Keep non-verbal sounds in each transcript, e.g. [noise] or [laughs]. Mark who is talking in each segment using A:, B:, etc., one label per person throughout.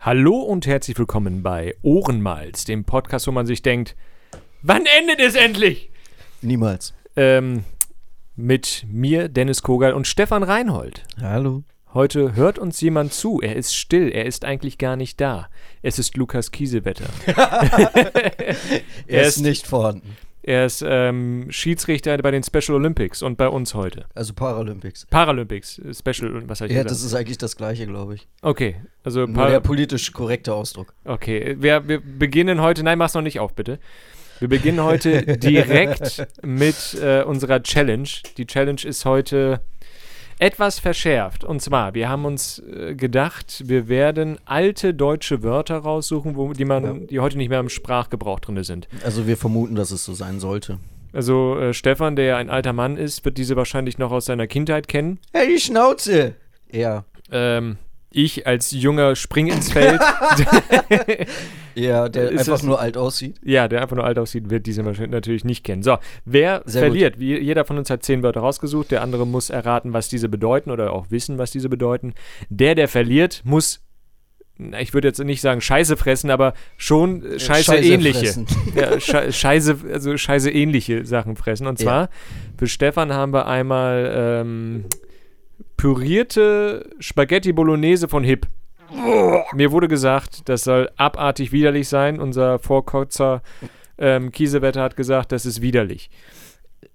A: Hallo und herzlich willkommen bei Ohrenmalz, dem Podcast, wo man sich denkt, wann endet es endlich?
B: Niemals.
A: Ähm, mit mir, Dennis Kogal und Stefan Reinhold.
B: Hallo.
A: Heute hört uns jemand zu. Er ist still. Er ist eigentlich gar nicht da. Es ist Lukas Kiesewetter.
B: Er
A: ist-
B: ist nicht vorhanden.
A: Er ist ähm, Schiedsrichter bei den Special Olympics und bei uns heute.
B: Also Paralympics.
A: Paralympics, äh, Special, was habe ich
B: Ja, das
A: gesagt?
B: ist eigentlich das Gleiche, glaube ich.
A: Okay, also
B: Nur der
A: Par
B: politisch korrekte Ausdruck.
A: okay. Wir, wir beginnen heute, nein, mach's noch nicht auf, bitte. Wir beginnen heute direkt mit äh, unserer Challenge. Die Challenge ist heute etwas verschärft. Und zwar, wir haben uns äh, gedacht, wir werden alte deutsche Wörter raussuchen, wo, die, man,
B: Ja.
A: die heute nicht mehr im Sprachgebrauch drin sind.
B: Also wir vermuten, dass es so sein sollte.
A: Also äh, Stefan, der ja ein alter Mann ist, wird diese wahrscheinlich noch aus seiner Kindheit kennen.
B: Hey, die Schnauze! Ja.
A: Ähm, ich als junger Spring ins Feld,
B: Ja, der
A: Ist
B: einfach
A: das-
B: nur alt aussieht.
A: ja, der einfach nur alt aussieht, wird diese wahrscheinlich natürlich nicht kennen. So, wer
B: Sehr gut.
A: verliert? Wie, jeder von uns hat zehn Wörter rausgesucht, der andere muss erraten, was diese bedeuten oder auch wissen, was diese bedeuten. Der, der verliert, muss, na, ich würde jetzt nicht sagen Scheiße fressen, aber schon äh, Scheiße, ähnliche.
B: fressen.
A: [laughs] Ja, Sche- Scheiße, also Scheiße ähnliche Sachen fressen. Und
B: Ja.
A: zwar, für Stefan haben wir einmal ähm, pürierte Spaghetti Bolognese von Hip. Mir wurde gesagt, das soll abartig widerlich sein. Unser Vorkotzer ähm, Kiesewetter hat gesagt, das ist widerlich.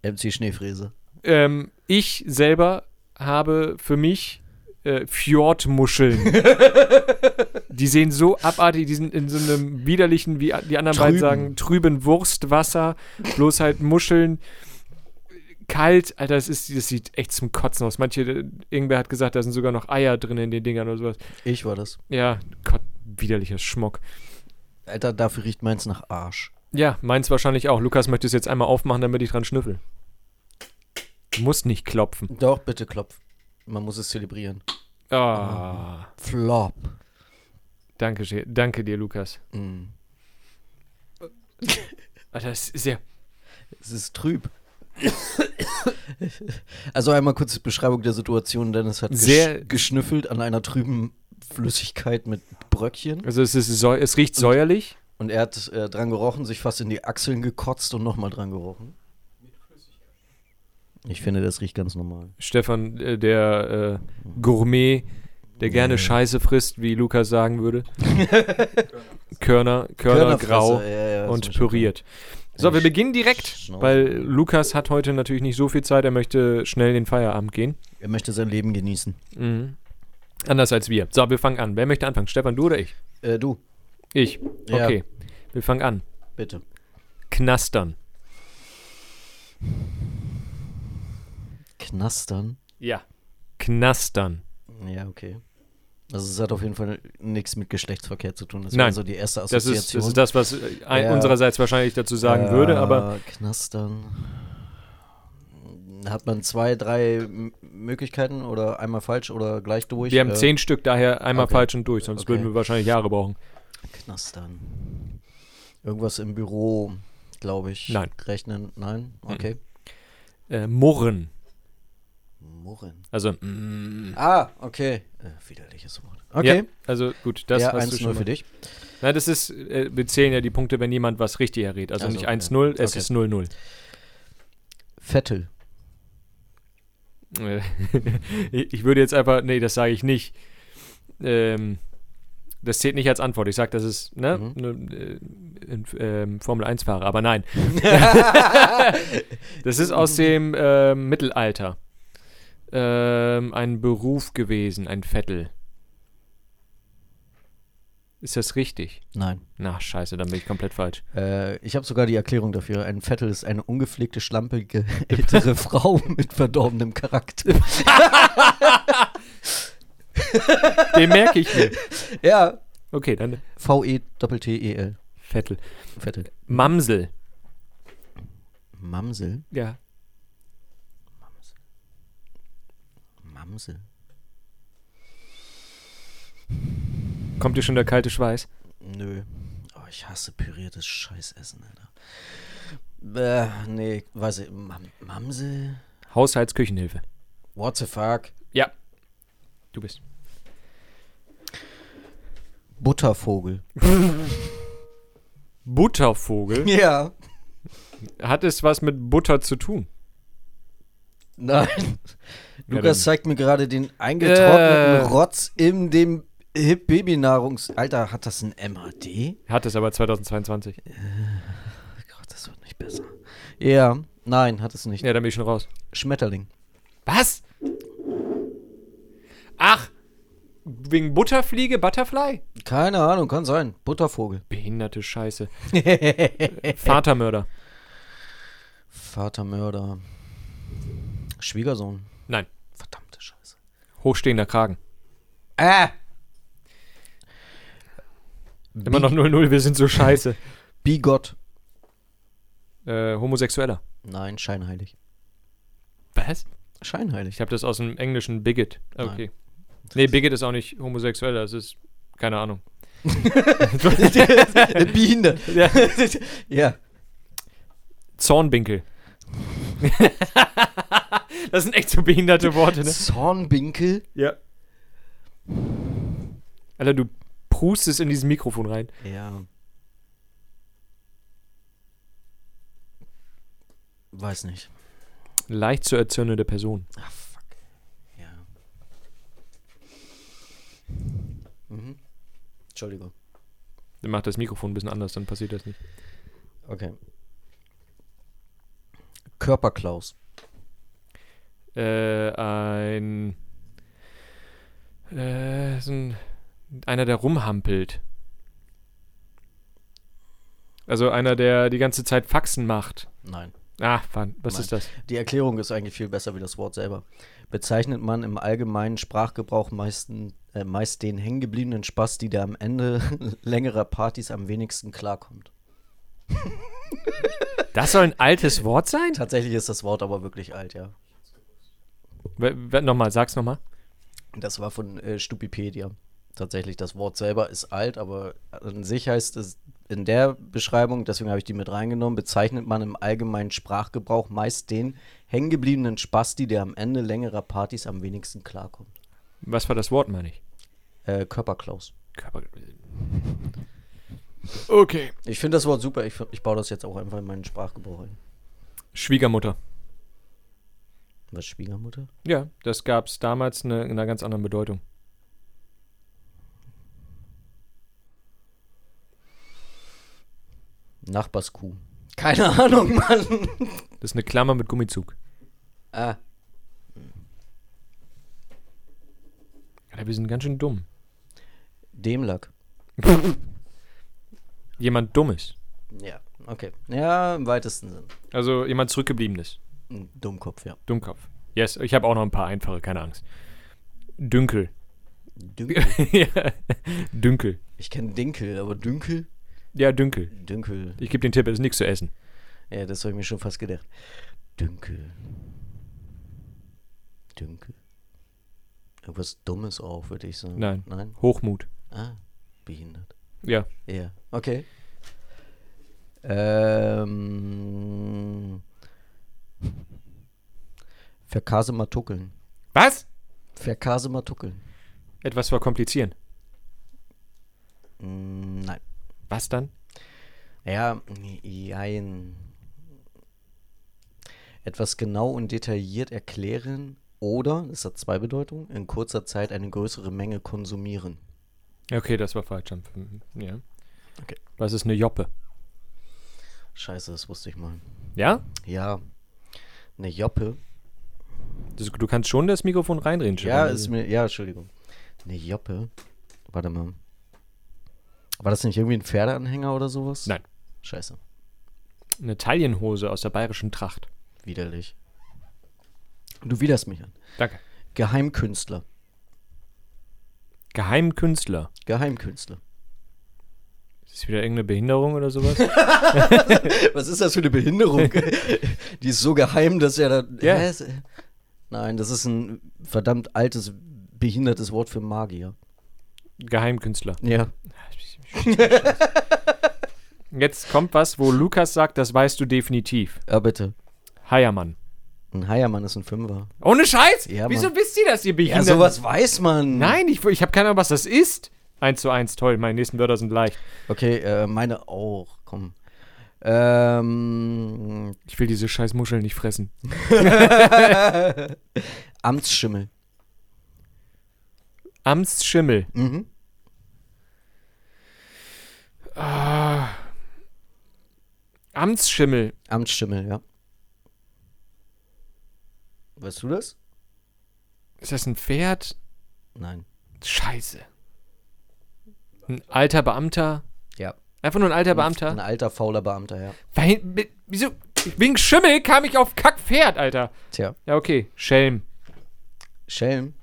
B: MC Schneefräse.
A: Ähm, ich selber habe für mich äh, Fjordmuscheln. die sehen so abartig, die sind in so einem widerlichen, wie die anderen beiden
B: Trüben.
A: sagen, trüben Wurstwasser, bloß halt Muscheln. Kalt, Alter, das, ist, das sieht echt zum Kotzen aus. Manche, äh, irgendwer hat gesagt, da sind sogar noch Eier drin in den Dingern oder sowas.
B: Ich war das.
A: Ja, Gott, widerlicher Schmuck.
B: Alter, dafür riecht meins nach Arsch.
A: Ja, meins wahrscheinlich auch. Lukas möchte es jetzt einmal aufmachen, damit ich dran schnüffel. Du musst nicht klopfen.
B: Doch, bitte klopf. Man muss es zelebrieren.
A: Ah.
B: Flop.
A: Danke, schä- danke dir, Lukas.
B: Mm.
A: Alter, das ist ja.
B: Es ist trüb. [coughs] Also einmal kurze Beschreibung der Situation. Dennis hat gesch
A: Sehr-
B: geschnüffelt an einer trüben Flüssigkeit mit Bröckchen.
A: Also es, ist säu es riecht säuerlich.
B: Und er hat äh, dran gerochen, sich fast in die Achseln gekotzt und nochmal dran gerochen. Ich finde, das riecht ganz normal.
A: Stefan, äh, der äh, Gourmet, der gerne Scheiße frisst, wie Lukas sagen
B: [laughs]
A: würde. Körner, Körner
B: Körnerfresse,
A: grau
B: ja, ja, ist
A: und
B: mir schon
A: püriert. So, wir beginnen direkt,
B: Schnauze.
A: weil Lukas hat heute natürlich nicht so viel Zeit. Er möchte schnell in den Feierabend gehen.
B: klar. Er möchte sein Leben genießen.
A: Mhm. Anders als wir. So, wir fangen an. Wer möchte anfangen? Stefan, du oder ich?
B: Äh, du,
A: Ich.
B: Ja.
A: Okay. Wir fangen an.
B: bitte.
A: Knastern.
B: Knastern?
A: Ja. Knastern.
B: Ja, okay. Also es hat auf jeden Fall nichts mit Geschlechtsverkehr zu tun. Das
A: Nein.
B: war so die erste
A: Das
B: Assoziation.
A: ist, das ist das, was äh, ein,
B: Ja.
A: unsererseits wahrscheinlich dazu sagen würde, aber
B: Äh, Knastern. Hat man zwei, drei M Möglichkeiten oder einmal falsch oder gleich durch?
A: wir haben
B: Äh,
A: zehn Stück, daher einmal
B: okay.
A: falsch und durch, sonst
B: Okay.
A: würden wir wahrscheinlich Jahre brauchen.
B: Knastern. Irgendwas im Büro, glaube ich.
A: Nein. Mhm.
B: Rechnen, nein? Okay.
A: Äh, murren.
B: Murren.
A: Also, mm,
B: Ah, okay. Äh, widerliches Wort. Okay.
A: ja, also gut, das
B: ja,
A: hast du
B: 1-0
A: schon.
B: für
A: Mal.
B: dich.
A: Nein, das ist, äh, wir zählen ja die Punkte, wenn jemand was richtig errät. Also,
B: Also,
A: nicht
B: okay.
A: 1-0, es
B: Okay.
A: ist 0-0.
B: Vettel.
A: Äh, [laughs] ich ich würde jetzt einfach, nee, das sage ich nicht. Ähm, das zählt nicht als Antwort. Ich sage, das ist ne,
B: Mhm.
A: ne, äh, ein, ähm, Formel-1-Fahrer, aber nein. das ist aus dem ähm, Mittelalter. Ähm, ein Beruf gewesen, ein Vettel. Ist das richtig?
B: Nein.
A: Na, scheiße, dann bin ich komplett falsch.
B: Äh, ich habe sogar die Erklärung dafür. Ein Vettel ist eine ungepflegte, schlampige, [laughs]
A: [laughs]
B: ältere Frau mit verdorbenem Charakter.
A: Den merke ich mir.
B: ja. E
A: Okay, dann
B: V-E-T-T-E-L.
A: Vettel.
B: Vettel.
A: Mamsel.
B: Mamsel.
A: Ja.
B: Mamsel.
A: Kommt dir schon der kalte Schweiß?
B: Nö. Oh, ich hasse püriertes Scheißessen, Alter. Äh, nee, weiß ich. Mam Mamsel?
A: Haushaltsküchenhilfe.
B: What the fuck?
A: Ja. Du bist. [laughs]
B: Buttervogel.
A: Buttervogel?
B: Ja.
A: Hat es was mit Butter zu tun?
B: Nein.
A: dann-
B: Lukas zeigt mir gerade den eingetrockneten
A: Äh.
B: Rotz in dem Hip Babynahrungs. Alter, hat das ein MAD?
A: Hat es aber 2022.
B: Oh Gott, das wird nicht besser. Ja, nein, hat es nicht.
A: Ja, dann bin ich schon raus.
B: Schmetterling.
A: Was? Ach, wegen Butterfliege, Butterfly?
B: Keine Ahnung, kann sein.
A: [laughs]
B: Buttervogel.
A: Behinderte Scheiße. Vatermörder.
B: Vatermörder. Schwiegersohn.
A: Nein,
B: Verdammte Scheiße.
A: hochstehender Kragen.
B: Ah!
A: Immer noch 0-0, wir sind so [laughs] scheiße.
B: Bigot.
A: äh, Homosexueller.
B: Nein, scheinheilig.
A: Was? Ich [laughs]
B: Scheinheilig.
A: habe das aus dem englischen Bigot. Okay. Nee, Bigot ist auch nicht homosexueller, es ist keine [laughs] Ahnung.
B: Behindert.
A: Ja.
B: ja.
A: [laughs] Zornbinkel. das sind echt so behinderte Worte, ne?
B: Zornbinkel.
A: Ja. Alter, du prustest in dieses Mikrofon rein.
B: Ja. Weiß nicht.
A: Leicht zu erzürnende Person.
B: Ah, fuck. Ja. Mhm. Entschuldigung.
A: Dann macht das Mikrofon ein bisschen anders, dann passiert das nicht.
B: Okay. Körperklaus.
A: Äh, ein. Äh, so ein, einer, der rumhampelt. Also einer, der die ganze Zeit Faxen macht.
B: Nein.
A: Ah, Mann, was ist das?
B: Die Erklärung ist eigentlich viel besser wie das Wort selber. Bezeichnet man im allgemeinen Sprachgebrauch meisten, äh, meist den hängengebliebenen Spasti, der am Ende [laughs] längerer Partys am wenigsten klarkommt.
A: Das soll ein altes Wort sein?
B: Tatsächlich ist das Wort aber wirklich alt, ja.
A: W- w- Nochmal, sag's nochmal.
B: Das war von äh, Stupipedia. Tatsächlich, das Wort selber ist alt, aber an sich heißt es in der Beschreibung, deswegen habe ich die mit reingenommen, bezeichnet man im allgemeinen Sprachgebrauch meist den hängengebliebenen Spasti, der am Ende längerer Partys am wenigsten klarkommt.
A: Was war das Wort, meine ich?
B: Äh, Körperklaus.
A: Körper. Okay.
B: Ich finde das Wort super. Ich, find- ich baue das jetzt auch einfach in meinen Sprachgebrauch ein.
A: Schwiegermutter.
B: Was, Schwiegermutter?
A: Ja, das gab's damals ne, in einer ganz anderen Bedeutung.
B: Nachbarskuh. Keine [laughs] Ahnung, Mann.
A: Das ist eine Klammer mit Gummizug.
B: ah,
A: Alter, wir sind ganz schön dumm.
B: Demlack.
A: Jemand Dummes.
B: Ja, okay. Ja, im weitesten Sinn.
A: Also jemand Zurückgebliebenes.
B: Ein Dummkopf, ja.
A: Dummkopf. Yes, ich habe auch noch ein paar einfache, keine Angst. Dünkel. [laughs]
B: Dünkel.
A: Ja, Dünkel.
B: Ich kenne Dinkel, aber Dünkel?
A: Ja, Dünkel.
B: Dünkel.
A: Ich gebe den Tipp, es ist nichts zu essen.
B: Ja, das habe ich mir schon fast gedacht. Dünkel. Dünkel. Irgendwas Dummes auch, würde ich sagen.
A: Nein.
B: Nein?
A: Hochmut.
B: Ah, behindert.
A: Ja.
B: Ja, okay. Ähm. Verkase mal tuckeln.
A: Was?
B: Verkase mal tuckeln.
A: Etwas verkomplizieren.
B: Mm, Nein.
A: Was dann?
B: Ja, jein. Etwas genau und detailliert erklären oder, es hat zwei Bedeutungen, in kurzer Zeit eine größere Menge konsumieren.
A: Okay, das war falsch. Ja.
B: Okay.
A: Was ist eine Joppe?
B: Scheiße, das wusste ich mal.
A: Ja?
B: Ja, eine Joppe.
A: Das, du kannst schon das Mikrofon reindrehen.
B: Ja,
A: Stefan.
B: ist mir, ja, Entschuldigung. Eine Joppe. Warte mal. War das nicht irgendwie ein Pferdeanhänger oder sowas?
A: Nein.
B: Scheiße,
A: Eine Taillenhose aus der bayerischen Tracht.
B: widerlich. Du widerst mich an.
A: Danke.
B: Geheimkünstler.
A: Geheimkünstler.
B: Geheimkünstler.
A: Ist das wieder irgendeine Behinderung oder sowas?
B: [laughs]
A: [laughs]
B: Was ist das für eine [laughs] Behinderung? Die ist so geheim, dass er da.
A: Ja.
B: Hä? Ist- Nein, das ist ein verdammt altes, behindertes Wort für Magier.
A: Geheimkünstler.
B: Ja.
A: Ah, [laughs] Jetzt kommt was, wo Lukas sagt, das weißt du definitiv.
B: Ah, bitte.
A: Heiermann.
B: Ein Heiermann ist ein Fünfer.
A: Ohne Scheiß?
B: Ja,
A: Wieso
B: Mann.
A: wisst ihr das, ihr
B: Ja,
A: Behinderte?
B: sowas weiß man.
A: Nein, ich, ich habe keine Ahnung, was das ist. Eins zu eins, toll. Meine nächsten Wörter sind leicht.
B: Okay, äh, meine auch. Komm. Ähm,
A: Ich will diese scheiß Muscheln nicht fressen.
B: Amtsschimmel.
A: Amtsschimmel.
B: Mhm.
A: Ah. Amtsschimmel.
B: Amtsschimmel, ja. Weißt du das?
A: Ist das ein Pferd?
B: Nein.
A: Scheiße. Ein alter Beamter?
B: Ja.
A: Einfach nur ein alter
B: Ein
A: Beamter?
B: alter, fauler Beamter, ja.
A: Weil, bi- wieso? Wegen Schimmel kam ich auf Kackpferd, Alter.
B: Tja.
A: Ja, okay. Schelm.
B: Schelm.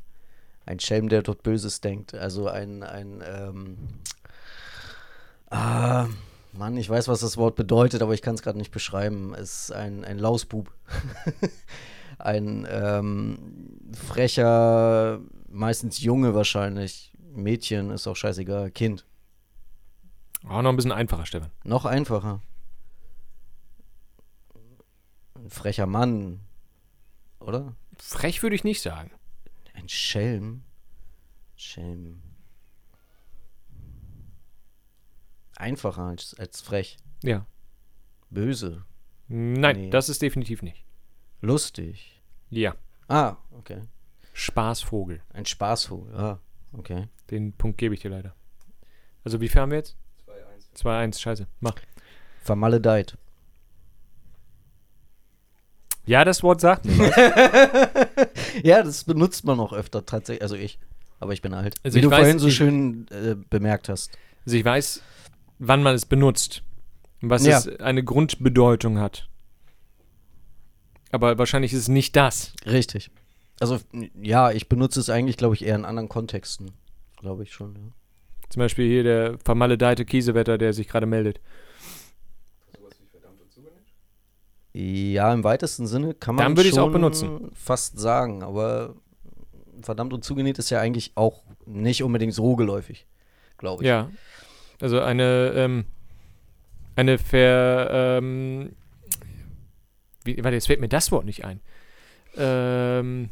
B: Ein Schelm, der dort Böses denkt. Also ein, ein, ähm, ah, Mann, ich weiß, was das Wort bedeutet, aber ich kann es gerade nicht beschreiben. Es ist ein, ein Lausbub. [laughs] ein ähm, frecher, meistens Junge wahrscheinlich. Mädchen ist auch scheißegal. Kind.
A: Auch noch ein bisschen einfacher, Stefan.
B: Noch einfacher. Ein frecher Mann. Oder?
A: Frech würde ich nicht sagen.
B: Ein Schelm? Schelm. Einfacher als, als frech.
A: Ja.
B: Böse.
A: Nein,
B: Nee.
A: das ist definitiv nicht.
B: Lustig.
A: Ja.
B: Ah, okay.
A: Spaßvogel.
B: Ein Spaßvogel. Ah, okay.
A: Den Punkt gebe ich dir leider. Also, wie viel haben wir jetzt? 2-1. 2-1, scheiße. Mach.
B: Vermaledeit.
A: Ja, das Wort sagt mir. was.
B: Ja, das benutzt man auch öfter tatsächlich. Also ich. Aber ich bin alt.
A: Also
B: Wie
A: ich
B: du
A: weiß,
B: vorhin so
A: ich-
B: schön äh, bemerkt hast.
A: Also, ich weiß, wann man es benutzt. Und was
B: Ja.
A: es eine Grundbedeutung hat. Aber wahrscheinlich ist es nicht das.
B: Richtig. Also, n- ja, ich benutze es eigentlich, glaube ich, eher in anderen Kontexten. Glaube ich schon, ja.
A: Zum Beispiel hier der vermaledeite Kiesewetter, der sich gerade meldet.
B: Ja, im weitesten Sinne kann man
A: Dann würde ich's auch
B: schon
A: benutzen.
B: fast sagen, aber verdammt und zugenäht ist ja eigentlich auch nicht unbedingt so geläufig, glaube ich.
A: Ja. Also eine, ähm, eine ver, ähm, wie, warte, jetzt fällt mir das Wort nicht ein. Ähm,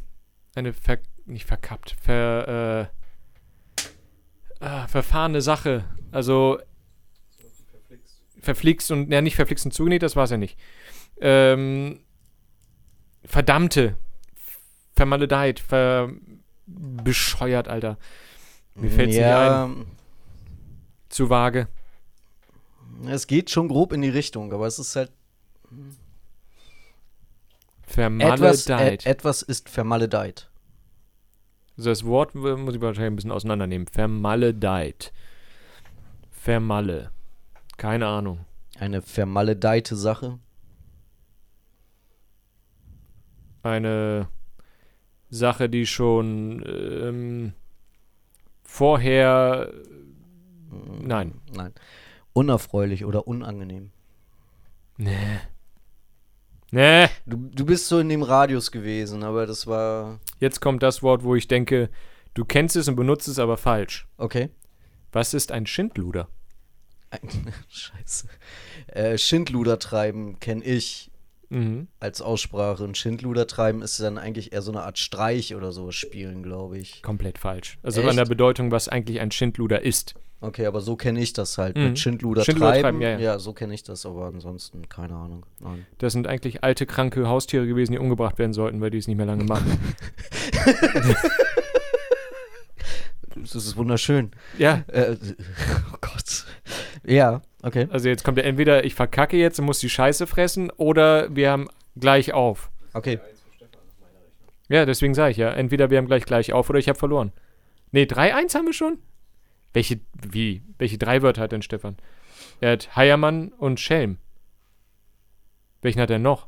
A: eine ver, nicht verkappt, ver, äh, ah, verfahrene Sache. Also verflixt und, ja, nicht verflixt und zugenäht, das war es ja nicht. Ähm, verdammte, vermaledeit, ver, bescheuert, Alter. Mir fällt's
B: Mhm, ja,
A: Zu vage.
B: Es geht schon grob in die Richtung, aber es ist halt etwas, äh,
A: Vermaledeit.
B: et, etwas ist vermaledeit.
A: Also das Wort äh, muss ich wahrscheinlich ein bisschen auseinandernehmen. Vermaledeit. Vermalle. Keine Ahnung.
B: Eine vermaledeite Sache.
A: Eine Sache, die schon ähm, vorher. Nein.
B: Nein. Unerfreulich oder unangenehm.
A: Nee. Nee.
B: Du, du bist so in dem Radius gewesen, aber das war
A: Jetzt kommt das Wort, wo ich denke, du kennst es und benutzt es aber falsch.
B: okay. [laughs]
A: Was ist ein Schindluder?
B: Ein- Scheiße. Äh, Schindluder treiben kenne ich.
A: Mhm.
B: als Aussprache. Und Schindluder treiben ist dann eigentlich eher so eine Art Streich oder sowas spielen, glaube ich.
A: Komplett falsch. Also
B: Echt?
A: an der Bedeutung, was eigentlich ein Schindluder ist.
B: Okay, aber so kenne ich das halt.
A: Mhm.
B: Mit Schindluder,
A: Schindluder
B: treiben.
A: treiben, ja,
B: ja,
A: ja.
B: so kenne ich das, aber ansonsten keine Ahnung. Nein.
A: Das sind eigentlich alte, kranke Haustiere gewesen, die umgebracht werden sollten, weil die es nicht mehr lange machen.
B: Das ist wunderschön.
A: ja,
B: Äh, [laughs] oh Gott. Ja, okay.
A: also jetzt kommt ja entweder ich verkacke jetzt und muss die Scheiße fressen oder wir haben gleich auf.
B: Okay.
A: Ja, deswegen sage ich ja, entweder wir haben gleich gleich auf oder ich habe verloren. Nee, 3-1 haben wir schon? Welche, wie? Welche drei Wörter hat denn Stefan? Er hat Heiermann und Schelm. Welchen hat er noch?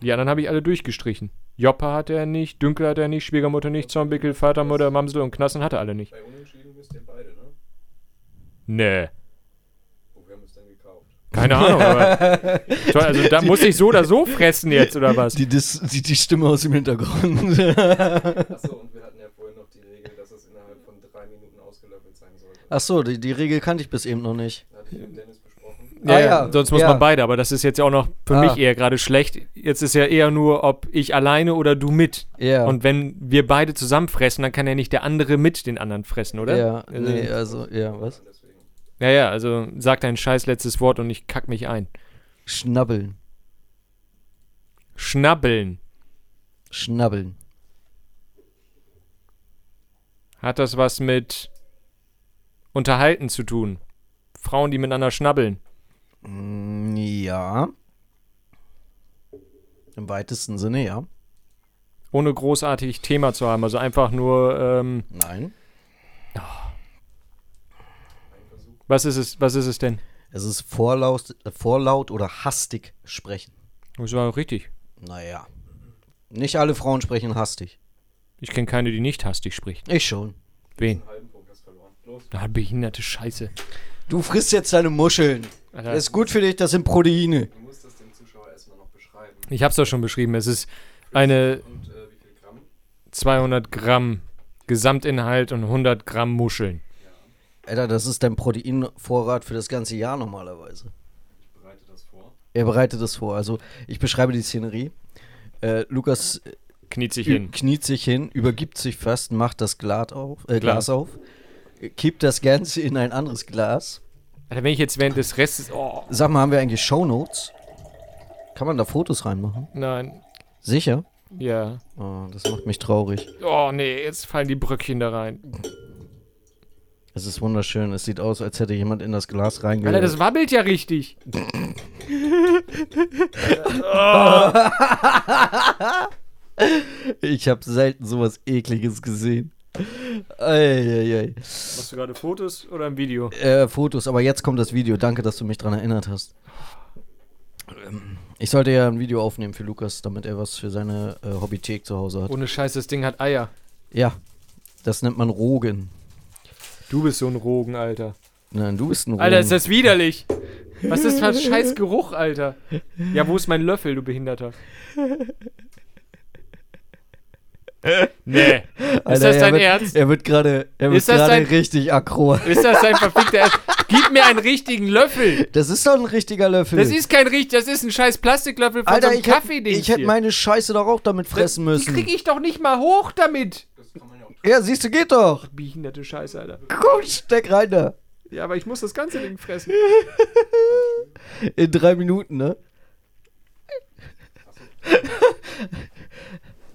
A: Die anderen habe ich alle durchgestrichen. Joppa hatte er nicht, Dünkel hatte er nicht, Schwiegermutter nicht, Zornbickel, Vatermutter, Mamsel und Knassen hatte alle nicht.
C: Bei Unentschieden müsst ihr beide, ne?
A: Nee.
C: Oh, wir haben es dann gekauft.
A: Keine Ahnung, aber.
C: [laughs]
A: Toll, also da muss ich so oder so fressen jetzt, oder was?
B: Die, Dis- die, die Stimme aus dem Hintergrund.
C: Achso, und wir hatten ja vorhin noch die Regel, dass es innerhalb von drei Minuten ausgelöffelt sein sollte.
B: Ach so, die, die Regel kannte ich bis eben noch nicht.
C: Da hatte ich mit Dennis besprochen.
A: Ja,
B: Ah,
A: ja,
B: ja,
A: sonst muss
B: ja.
A: man beide, aber das ist jetzt ja auch noch für
B: Ah.
A: mich eher gerade schlecht. Jetzt ist ja eher nur, ob ich alleine oder du mit.
B: Ja.
A: Und wenn wir beide zusammen fressen, dann kann ja nicht der andere mit den anderen fressen, oder?
B: Ja,
A: Also,
B: nee, also, ja, was?
C: Deswegen.
A: Ja, ja, also sag dein scheiß letztes Wort und ich kack mich ein.
B: Schnabbeln.
A: Schnabbeln.
B: Schnabbeln.
A: Hat das was mit Unterhalten zu tun? Frauen, die miteinander schnabbeln.
B: Mm, Ja. Im weitesten Sinne, ja.
A: Ohne großartig Thema zu haben. Also einfach nur, ähm,
B: Nein.
A: was ist es, was ist es denn?
B: Es ist vorlaut, vorlaut oder hastig sprechen.
A: Das war auch Oh, richtig.
B: Naja. Nicht alle Frauen sprechen hastig.
A: Ich kenne keine, die nicht hastig spricht.
B: Ich schon.
A: Wen?
C: Einen halben Punkt hast verloren. Los.
A: Na, behinderte Scheiße.
B: Du frisst jetzt deine Muscheln.
A: Alter.
B: Ist gut für dich, das sind Proteine.
C: Du musst das dem Zuschauer erstmal noch beschreiben.
A: Ich hab's doch schon beschrieben. Es ist eine
C: Und äh, wie viel Gramm?
A: 200 Gramm Gesamtinhalt und 100 Gramm Muscheln.
B: Alter, das ist dein Proteinvorrat für das ganze Jahr normalerweise.
C: Ich bereite das vor.
B: Er bereitet es vor. Also, ich beschreibe die Szenerie. Äh, Lukas
A: Kniet sich
B: Ü-
A: hin.
B: kniet sich hin, übergibt sich fast, macht das Glas auf,
A: Klar.
B: äh, Glas auf, äh, kippt das Ganze in ein anderes Glas.
A: Alter, wenn ich jetzt während des Restes. Oh,
B: Sag mal, haben wir eigentlich Shownotes? Kann man da Fotos reinmachen?
A: nein.
B: Sicher?
A: Ja.
B: Oh, das macht mich traurig.
A: Oh, nee, jetzt fallen die Bröckchen da rein.
B: Es ist wunderschön. Es sieht aus, als hätte jemand in das Glas
A: Alter, das
B: reingehört.
A: wabbelt ja richtig.
B: Ich habe selten sowas ekliges gesehen. Eieiei.
A: Machst du gerade Fotos oder ein Video?
B: Äh, Fotos, aber jetzt kommt das Video. Danke, dass du mich daran erinnert hast. Ähm, Ich sollte ja ein Video aufnehmen für Lukas, damit er was für seine äh, Hobbythek zu Hause hat.
A: Ohne Scheiß, das Ding hat Eier.
B: Ja, das nennt man Rogen.
A: Du bist so ein Rogen, Alter.
B: Nein, du bist ein Rogen.
A: Alter, ist das widerlich. Was ist das für ein scheiß Geruch, Alter? Ja, wo ist mein Löffel, du Behinderter? Nee. Ist
B: Alter,
A: das dein
B: er wird,
A: Ernst?
B: Er wird gerade, er wird
A: Ist das
B: gerade
A: dein-
B: richtig aggro.
A: Ist das dein verfickter Ernst? Gib mir einen richtigen Löffel.
B: Das ist doch ein richtiger Löffel.
A: Das ist kein richtig, das ist ein scheiß Plastiklöffel von
B: Alter,
A: so einem
B: ich hätte
A: Kaffeeding.
B: ich hätt
A: hier. Äh,
B: meine Scheiße doch auch damit fressen
A: Die
B: müssen.
A: krieg ich doch nicht mal hoch damit.
C: Das kann man ja auch.
B: Ja, siehst du, geht doch.
A: Behinderte Scheiße, Alter.
B: Komm, steck rein da.
A: Ja, aber ich muss das ganze Ding fressen.
B: In drei Minuten, ne?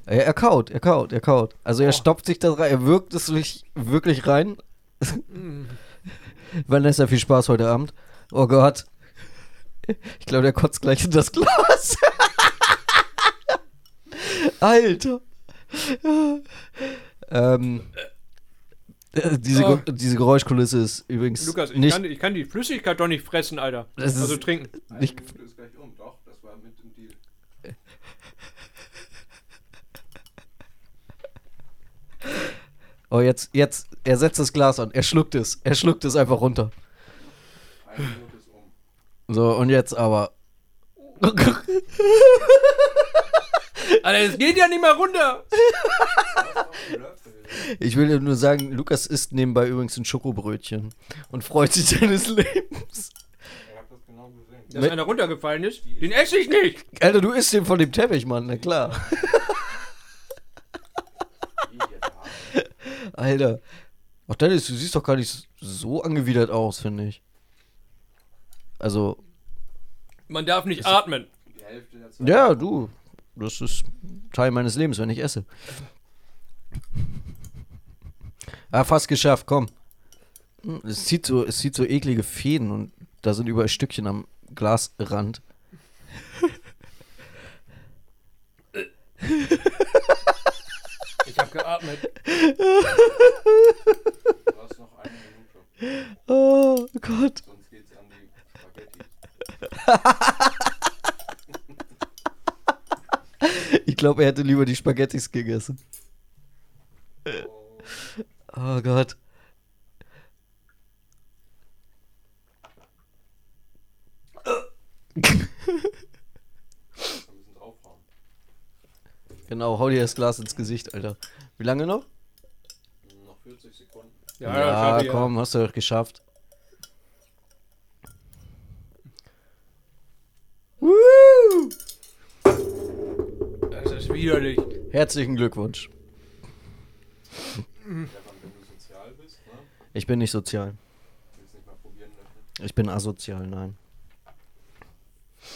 B: er, er kaut, er kaut, er kaut. Also er stopft sich da rein, er wirkt es wirklich, wirklich [laughs] rein. Wann lässt er viel Spaß heute Abend? Oh Gott. Ich glaube, der kotzt gleich in das Glas. [laughs] Alter. ähm, äh, diese, Ge- diese Geräuschkulisse ist übrigens nicht
A: die Flüssigkeit doch nicht fressen, Alter.
B: Das ist- Also
A: trinken.
C: Eine
B: Ich-
C: Minute ist gleich um. Doch, das war mit dem Deal.
B: Oh, jetzt, jetzt, er setzt das Glas an. Er schluckt es. Er schluckt es einfach runter.
C: Eine Minute ist um.
B: So, und jetzt aber.
A: Alter, es geht ja nicht mal runter.
C: Löffel.
B: Ich will dir nur sagen, Lukas isst nebenbei übrigens ein Schokobrötchen und freut sich seines Lebens.
C: Ich hab das genau gesehen.
A: Dass einer runtergefallen ist, den esse ich nicht.
B: Alter, du isst den von dem Teppich, Mann, na klar. [laughs] Alter. Ach, Dennis, du siehst doch gar nicht so angewidert aus, finde ich. Also,
A: Man darf nicht atmen.
C: Die Hälfte der Zeit.
B: ja, du. Das ist Teil meines Lebens, wenn ich esse. Ah, fast geschafft, komm. Hm, Es zieht so, es zieht so eklige Fäden und da sind überall Stückchen am Glasrand.
A: Ich habe geatmet.
C: Du hast noch eine Minute.
B: Oh Gott.
C: Sonst geht's an die Spaghetti.
B: Ich glaube, er hätte lieber die Spaghettis gegessen.
C: Oh,
B: Oh Gott.
C: wir müssen draufhauen.
B: Genau, hau dir das Glas ins Gesicht, Alter. Wie lange noch?
C: Noch 40 Sekunden.
A: Ja, ja,
B: komm, hast du doch geschafft.
C: ist widerlich.
B: Herzlichen Glückwunsch.
D: Wenn du sozial bist, ne?
B: Ich bin nicht sozial.
D: Willst nicht mal probieren dafür.
B: Ich bin asozial, nein.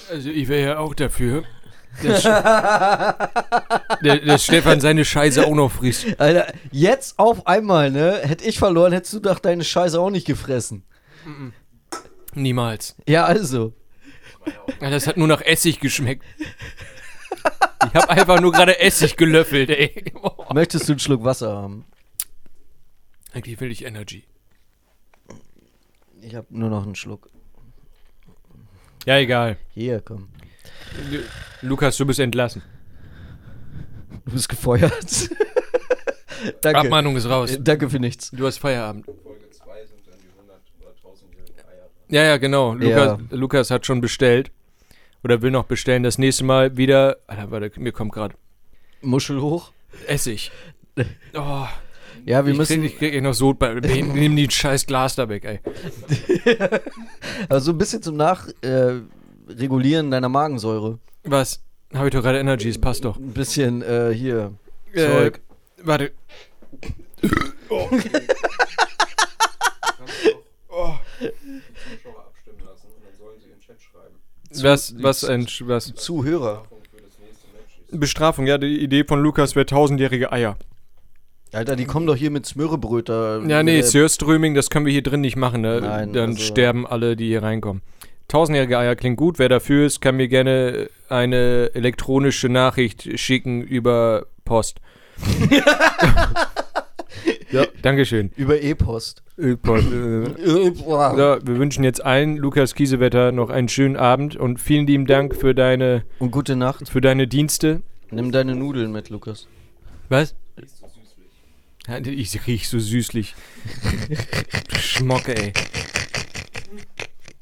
C: Also ich wäre ja auch dafür.
B: [laughs]
C: Dass, der, dass Stefan seine Scheiße auch noch frisst.
B: Alter, jetzt auf einmal, ne? Hätte ich verloren, hättest du doch deine Scheiße auch nicht gefressen.
C: Niemals.
B: Ja, also.
C: Ja, Das hat nur nach Essig geschmeckt. Ich habe einfach nur gerade Essig gelöffelt, ey. Boah.
B: Möchtest du einen Schluck Wasser haben?
C: Eigentlich will ich Energy.
B: Ich habe nur noch einen Schluck.
C: Ja, egal.
B: Hier, komm.
C: Lukas, du bist entlassen.
B: Du bist gefeuert. [laughs] Danke.
C: Abmahnung ist raus.
B: Äh, [laughs] Danke für nichts.
C: Du hast Feierabend.
D: Folge 2 sind dann die 100 oder 1000-jährigen Eier.
C: Ja, ja, genau.
B: Ja.
C: Lukas, Lukas hat schon bestellt. Oder will noch bestellen. Das nächste Mal wieder. Alter, warte, mir kommt gerade
B: Muschel hoch. [laughs]
C: Essig. Oh,
B: Ja, wir
C: ich
B: müssen.
C: krieg, ich krieg echt noch Sod bei. Nimm die scheiß Glas da weg, ey.
B: Also ein bisschen zum Nachregulieren äh, regulieren deiner Magensäure.
C: Was? Habe ich doch gerade Energy, es passt doch.
B: Ein bisschen äh, hier.
C: Äh,
B: Zeug.
C: Warte.
D: [laughs] Oh,
C: Oh.
D: Kannst du auch die Zuschauer abstimmen lassen und dann sollen sie in den Chat schreiben.
C: Was, was, ein, was?
B: Zuhörer.
D: Punkt für das nächste Match ist.
C: Bestrafung, ja, die Idee von Lukas wäre tausendjährige Eier.
B: Alter, die kommen doch hier mit Smörrebröter.
C: Ja, nee,
B: äh,
C: Sörströming, das können wir hier drin nicht machen. Ne?
B: Nein,
C: Dann
B: also-
C: sterben alle, die hier reinkommen. Tausendjährige Eier klingt gut. Wer dafür ist, kann mir gerne eine elektronische Nachricht schicken über Post. [laughs] ja, Dankeschön.
B: über E-Post.
C: Post. äh, So, wir wünschen jetzt allen Lukas Kiesewetter noch einen schönen Abend und vielen lieben Dank für deine,
B: Und gute Nacht.
C: für deine Dienste.
B: Nimm deine Nudeln mit, Lukas.
C: Was? Ja, Ich riech so süßlich. Du Schmocke, ey.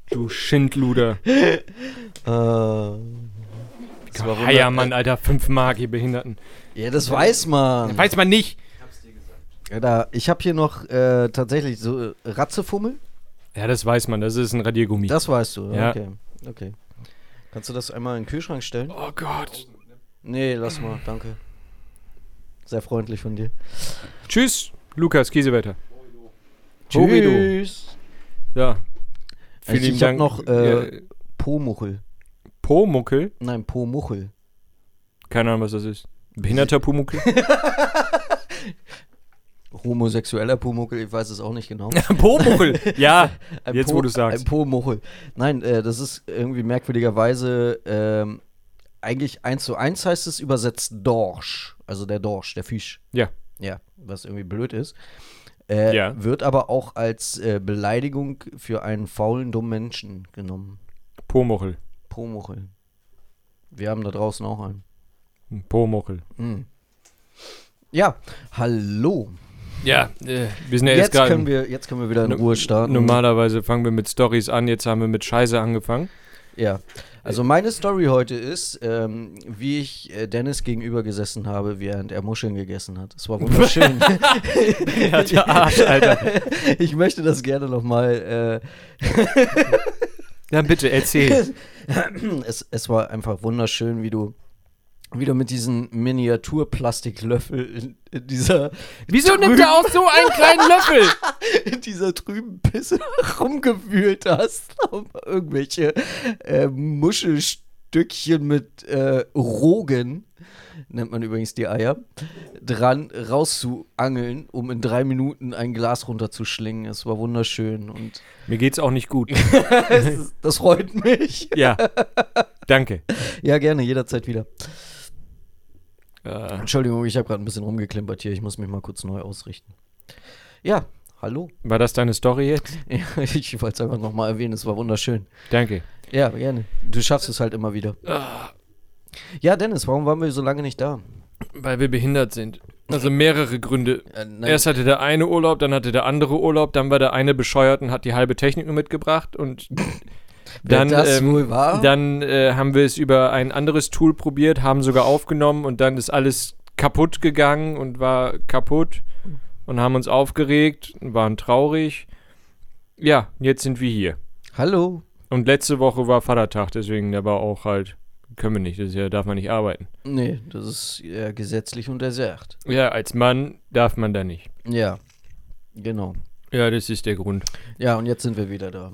C: Du Schindluder.
B: Äh, das war wunder-
C: Heiermann, Alter. fünf Mark, ihr Behinderten.
B: Ja, das weiß man.
C: Weiß man nicht.
B: Alter, ich habe hier noch äh, tatsächlich so äh, Ratzefummel.
C: Ja, das weiß man. Das ist ein Radiergummi.
B: Das weißt du.
C: Ja.
B: Okay. okay. Kannst du das einmal in den Kühlschrank stellen?
C: oh Gott.
B: Nee, lass mal. Danke. Sehr freundlich von dir.
C: Tschüss, Lukas Kiesewetter. Hovido.
B: Tschüss.
C: Ja. Vielen
B: Also ich hab
C: Dank.
B: noch, äh,
C: Ja,
B: Pomuchel.
C: Pomuckel.
B: Nein, Pomuchel.
C: Keine Ahnung, was das ist. Behinderter Pomuckel?
B: Homosexueller Pomuchel, ich weiß es auch nicht
C: [laughs]
B: genau.
C: [laughs] Pomuckel. Ja.
B: Ein
C: Jetzt, wo du sagst.
B: Ein Po-Muchel. Nein, äh, das ist irgendwie merkwürdigerweise ähm, eigentlich eins zu eins heißt es übersetzt Dorsch. Also der Dorsch, der Fisch.
C: Ja.
B: Ja, was irgendwie blöd ist. Äh,
C: Ja.
B: Wird aber auch als äh, Beleidigung für einen faulen, dummen Menschen genommen.
C: Pomuckel.
B: Po-Muchel. Wir haben da draußen auch einen.
C: Pomuckel.
B: Mm. Ja, hallo.
C: Ja, äh, wir sind ja
B: jetzt,
C: jetzt gerade.
B: können wir, jetzt können wir wieder in
C: No-
B: Ruhe starten.
C: Normalerweise fangen wir mit Stories an, jetzt haben wir mit Scheiße angefangen.
B: Ja, also meine Story heute ist, ähm, wie ich äh, Dennis gegenüber gesessen habe, während er Muscheln gegessen hat. Es war wunderschön.
C: [laughs] Ja, der Arsch, Alter.
B: [laughs] ich möchte das gerne äh, nochmal.
C: Ja, bitte, erzähl.
B: Äh, es, es war einfach wunderschön, wie du wieder mit diesem Miniaturplastiklöffel in, in dieser
C: Wieso nimmt er [laughs] auch so einen kleinen Löffel?
B: [laughs] in dieser trüben Pisse [laughs] rumgewühlt hast, um irgendwelche äh, Muschelstückchen mit äh, Rogen, nennt man übrigens die Eier, dran rauszuangeln, um in drei Minuten ein Glas runterzuschlingen. Es war wunderschön und
C: Mir geht's auch nicht gut.
B: es, das freut mich.
C: [laughs] Ja. Danke.
B: Ja, gerne, jederzeit wieder.
C: Äh,
B: Entschuldigung, ich habe gerade ein bisschen rumgeklimpert hier. Ich muss mich mal kurz neu ausrichten. Ja, hallo. [laughs]
C: war das deine Story jetzt?
B: Ja, ich wollte es einfach nochmal erwähnen. Es war wunderschön.
C: Danke.
B: Ja, gerne. Du schaffst es halt immer wieder. Ja, Dennis, warum waren wir so lange nicht da?
C: Weil wir behindert sind. Also mehrere Gründe.
B: Äh, nein.
C: Erst hatte der eine Urlaub, dann hatte der andere Urlaub, dann war der eine bescheuert und hat die halbe Technik nur mitgebracht und
B: Wer
C: dann
B: das
C: ähm,
B: wohl war?
C: Dann äh, haben wir es über ein anderes Tool probiert, haben sogar aufgenommen und dann ist alles kaputt gegangen und war kaputt und haben uns aufgeregt, und waren traurig. Ja, jetzt sind wir hier.
B: Hallo.
C: Und letzte Woche war Vatertag, deswegen der war auch halt
A: können wir nicht, das ist ja, darf man nicht arbeiten.
B: Nee, das ist äh, gesetzlich untersagt.
A: Ja, als Mann darf man da nicht.
B: Ja, genau.
A: Ja, das ist der Grund.
B: Ja, und jetzt sind wir wieder da.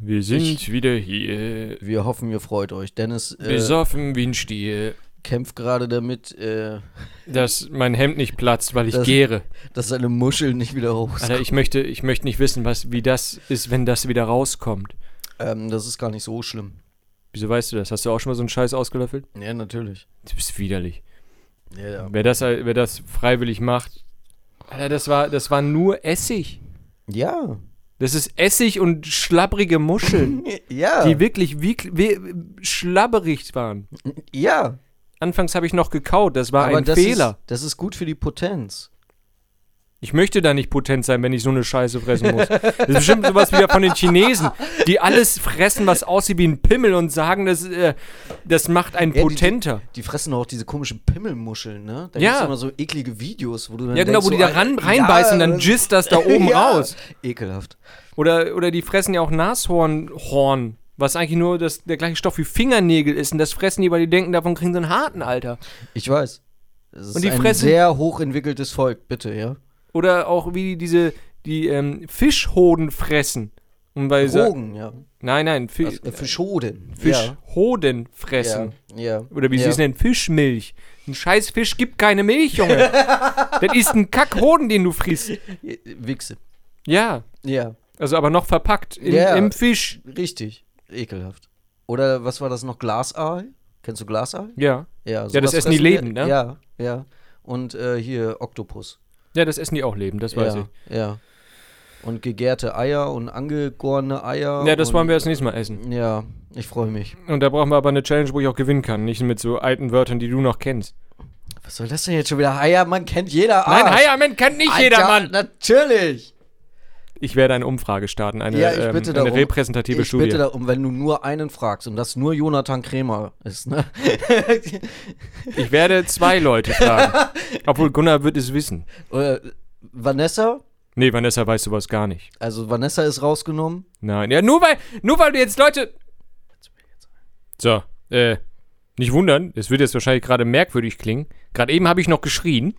A: Wir sind wieder hier,
B: Wir hoffen, ihr freut euch. Dennis äh,
A: besoffen wie ein Stier,
B: kämpft gerade damit, äh,
A: dass mein Hemd nicht platzt, weil ich
B: Das-
A: gäre.
B: dass seine Muscheln nicht wieder hoch
A: Alter, ich möchte, ich möchte nicht wissen, was, wie das ist, wenn das wieder rauskommt.
B: Ähm, das ist gar nicht so schlimm.
A: Wieso weißt du das? Hast du auch schon mal so einen Scheiß ausgelöffelt?
B: Ja, natürlich.
A: Du bist widerlich.
B: Ja, ja.
A: Wer, das, halt, wer das freiwillig macht, Alter, das war, das war nur Essig.
B: Ja.
A: Das ist Essig und schlabbrige Muscheln,
B: Ja.
A: die wirklich wie, wie, schlabberig waren.
B: ja.
A: Anfangs habe ich noch gekaut, das war ein
B: das
A: Fehler.
B: Ist, das ist gut für die Potenz.
A: Ich möchte da nicht potent sein, wenn ich so eine Scheiße fressen muss. Das ist bestimmt sowas wieder von den Chinesen, die alles fressen, was aussieht wie ein Pimmel und sagen, das, äh, das macht einen
B: Ja, die-
A: potenter.
B: Die fressen doch auch diese komischen Pimmelmuscheln, ne? Da
A: Ja.
B: gibt's immer so eklige Videos, wo du dann
A: ja, genau,
B: denkst,
A: wo die
B: so,
A: da ran,
B: Alter,
A: reinbeißen,
B: ja,
A: dann jizzt das da oben
B: [laughs] ja.
A: raus.
B: Ekelhaft.
A: Oder, oder die fressen ja auch Nashornhorn, was eigentlich nur das, der gleiche Stoff wie Fingernägel ist. Und das fressen die, weil die denken, davon kriegen sie einen harten, Alter.
B: Ich weiß. Es ist
A: Und die
B: ein
A: fressen-
B: sehr hochentwickeltes Volk, bitte, ja?
A: Oder auch wie die diese die ähm, Fischhoden fressen. Und weil sie,
B: Drogen, ja.
A: nein, nein, Fi
B: Also, äh, für Schoden.
A: Fischhoden
B: Ja.
A: fressen.
B: Ja.
A: Oder wie
B: ja.
A: sie es nennen, Fischmilch. Ein scheiß Fisch gibt keine Milch,
B: [laughs]
A: Junge. das ist ein Kackhoden, den du frisst.
B: Äh, Wichse.
A: Ja,
B: Ja,
A: also aber noch verpackt in,
B: Ja.
A: im Fisch.
B: richtig. Ekelhaft. Oder was war das noch? Glasaal? Kennst du Glasaal?
A: Ja.
B: Ja, sowas
A: Ja, das essen die
B: fressen wir-
A: Leben, ne?
B: Ja, ja. Und äh, hier Oktopus.
A: Ja, das essen die auch leben, das weiß
B: ja, ja. Und gegärte Eier und angegorene Eier.
A: ich. Ja, das
B: und,
A: wollen wir das nächste Mal essen.
B: Ja, ich freue mich.
A: Und da brauchen wir aber eine Challenge, wo ich auch gewinnen kann. Nicht mit so alten Wörtern, die du noch kennst.
B: Was soll das denn jetzt schon wieder? Heiermann kennt jeder.
A: Nein,
B: Arsch.
A: Heiermann kennt nicht
B: Ah. Alter,
A: jedermann.
B: Natürlich.
A: Ich werde eine Umfrage starten, eine,
B: ja, ich
A: ähm,
B: bitte darum.
A: eine repräsentative
B: ich
A: Studie.
B: bitte darum, wenn du nur einen fragst und das nur Jonathan Kremer
A: [laughs]
B: ist, ne?
A: Ich werde zwei Leute
B: [laughs]
A: fragen. Obwohl Gunnar wird es wissen.
B: Oder Vanessa,
A: Nee, Vanessa weiß sowas gar nicht.
B: also Vanessa ist rausgenommen.
A: Nein. Ja, nur weil, nur weil du jetzt Leute. So, äh, nicht wundern, es wird jetzt wahrscheinlich gerade merkwürdig klingen. Gerade eben habe ich noch geschrien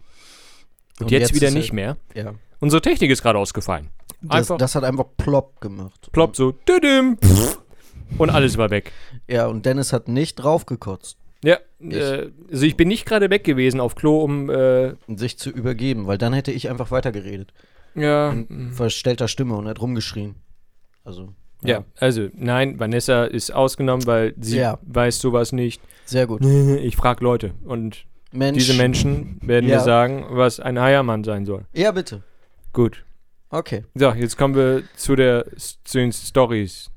A: und, jetzt, wieder
B: ist
A: nicht
B: er-
A: mehr.
B: Ja.
A: Unsere Technik ist gerade ausgefallen.
B: Das,
A: Einfach
B: das hat einfach plopp gemacht.
A: ploppt so. Düdüm, pff, und alles war weg.
B: Ja, und Dennis hat nicht draufgekotzt,
A: Ja, äh, also ich bin nicht gerade weg gewesen auf Klo, um äh,
B: um sich zu übergeben, weil dann hätte ich einfach weitergeredet.
A: ja,
B: Verstellter Stimme und hat rumgeschrien. Also,
A: ja, also nein, Vanessa ist ausgenommen, weil sie
B: Ja.
A: weiß sowas
B: [laughs]
A: nicht.
B: sehr gut.
A: Ich frage Leute und
B: Mensch.
A: diese Menschen werden
B: Ja.
A: mir sagen, was ein Heiermann sein soll.
B: Ja, bitte.
A: Gut.
B: Okay.
A: So, jetzt kommen wir zu der zu den Stories.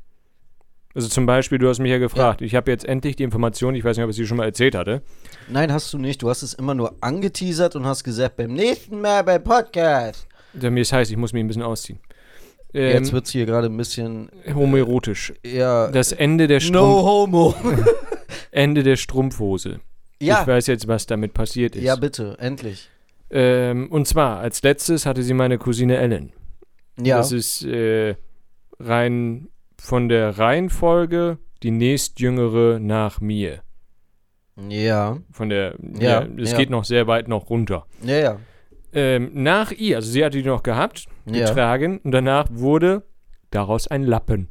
A: Also zum Beispiel, du hast mich ja gefragt. Ich habe jetzt endlich die Information. Ich weiß nicht, ob ich sie schon mal erzählt hatte.
B: Nein, hast du nicht. Du hast es immer nur angeteasert und hast gesagt, beim nächsten Mal beim Podcast.
A: Ja, Mir ist heiß. Ich muss mich ein bisschen ausziehen. Ähm,
B: Jetzt wird es hier gerade ein bisschen
A: homoerotisch.
B: eher.
A: Das Ende der
B: no
A: Strumpf
B: homo.
A: Ende der Strumpfhose. Ich
B: ja.
A: weiß jetzt, was damit passiert ist.
B: Ja, bitte, endlich.
A: ähm, und zwar, als letztes hatte sie meine Cousine Ellen.
B: Ja.
A: Das ist äh, rein von der Reihenfolge die nächstjüngere nach mir.
B: ja.
A: Von der,
B: Ja,
A: ja, es
B: ja.
A: geht noch sehr weit noch runter.
B: Ja, ja.
A: Ähm, nach ihr, also sie hatte die noch gehabt,
B: Ja.
A: getragen und danach wurde daraus ein Lappen.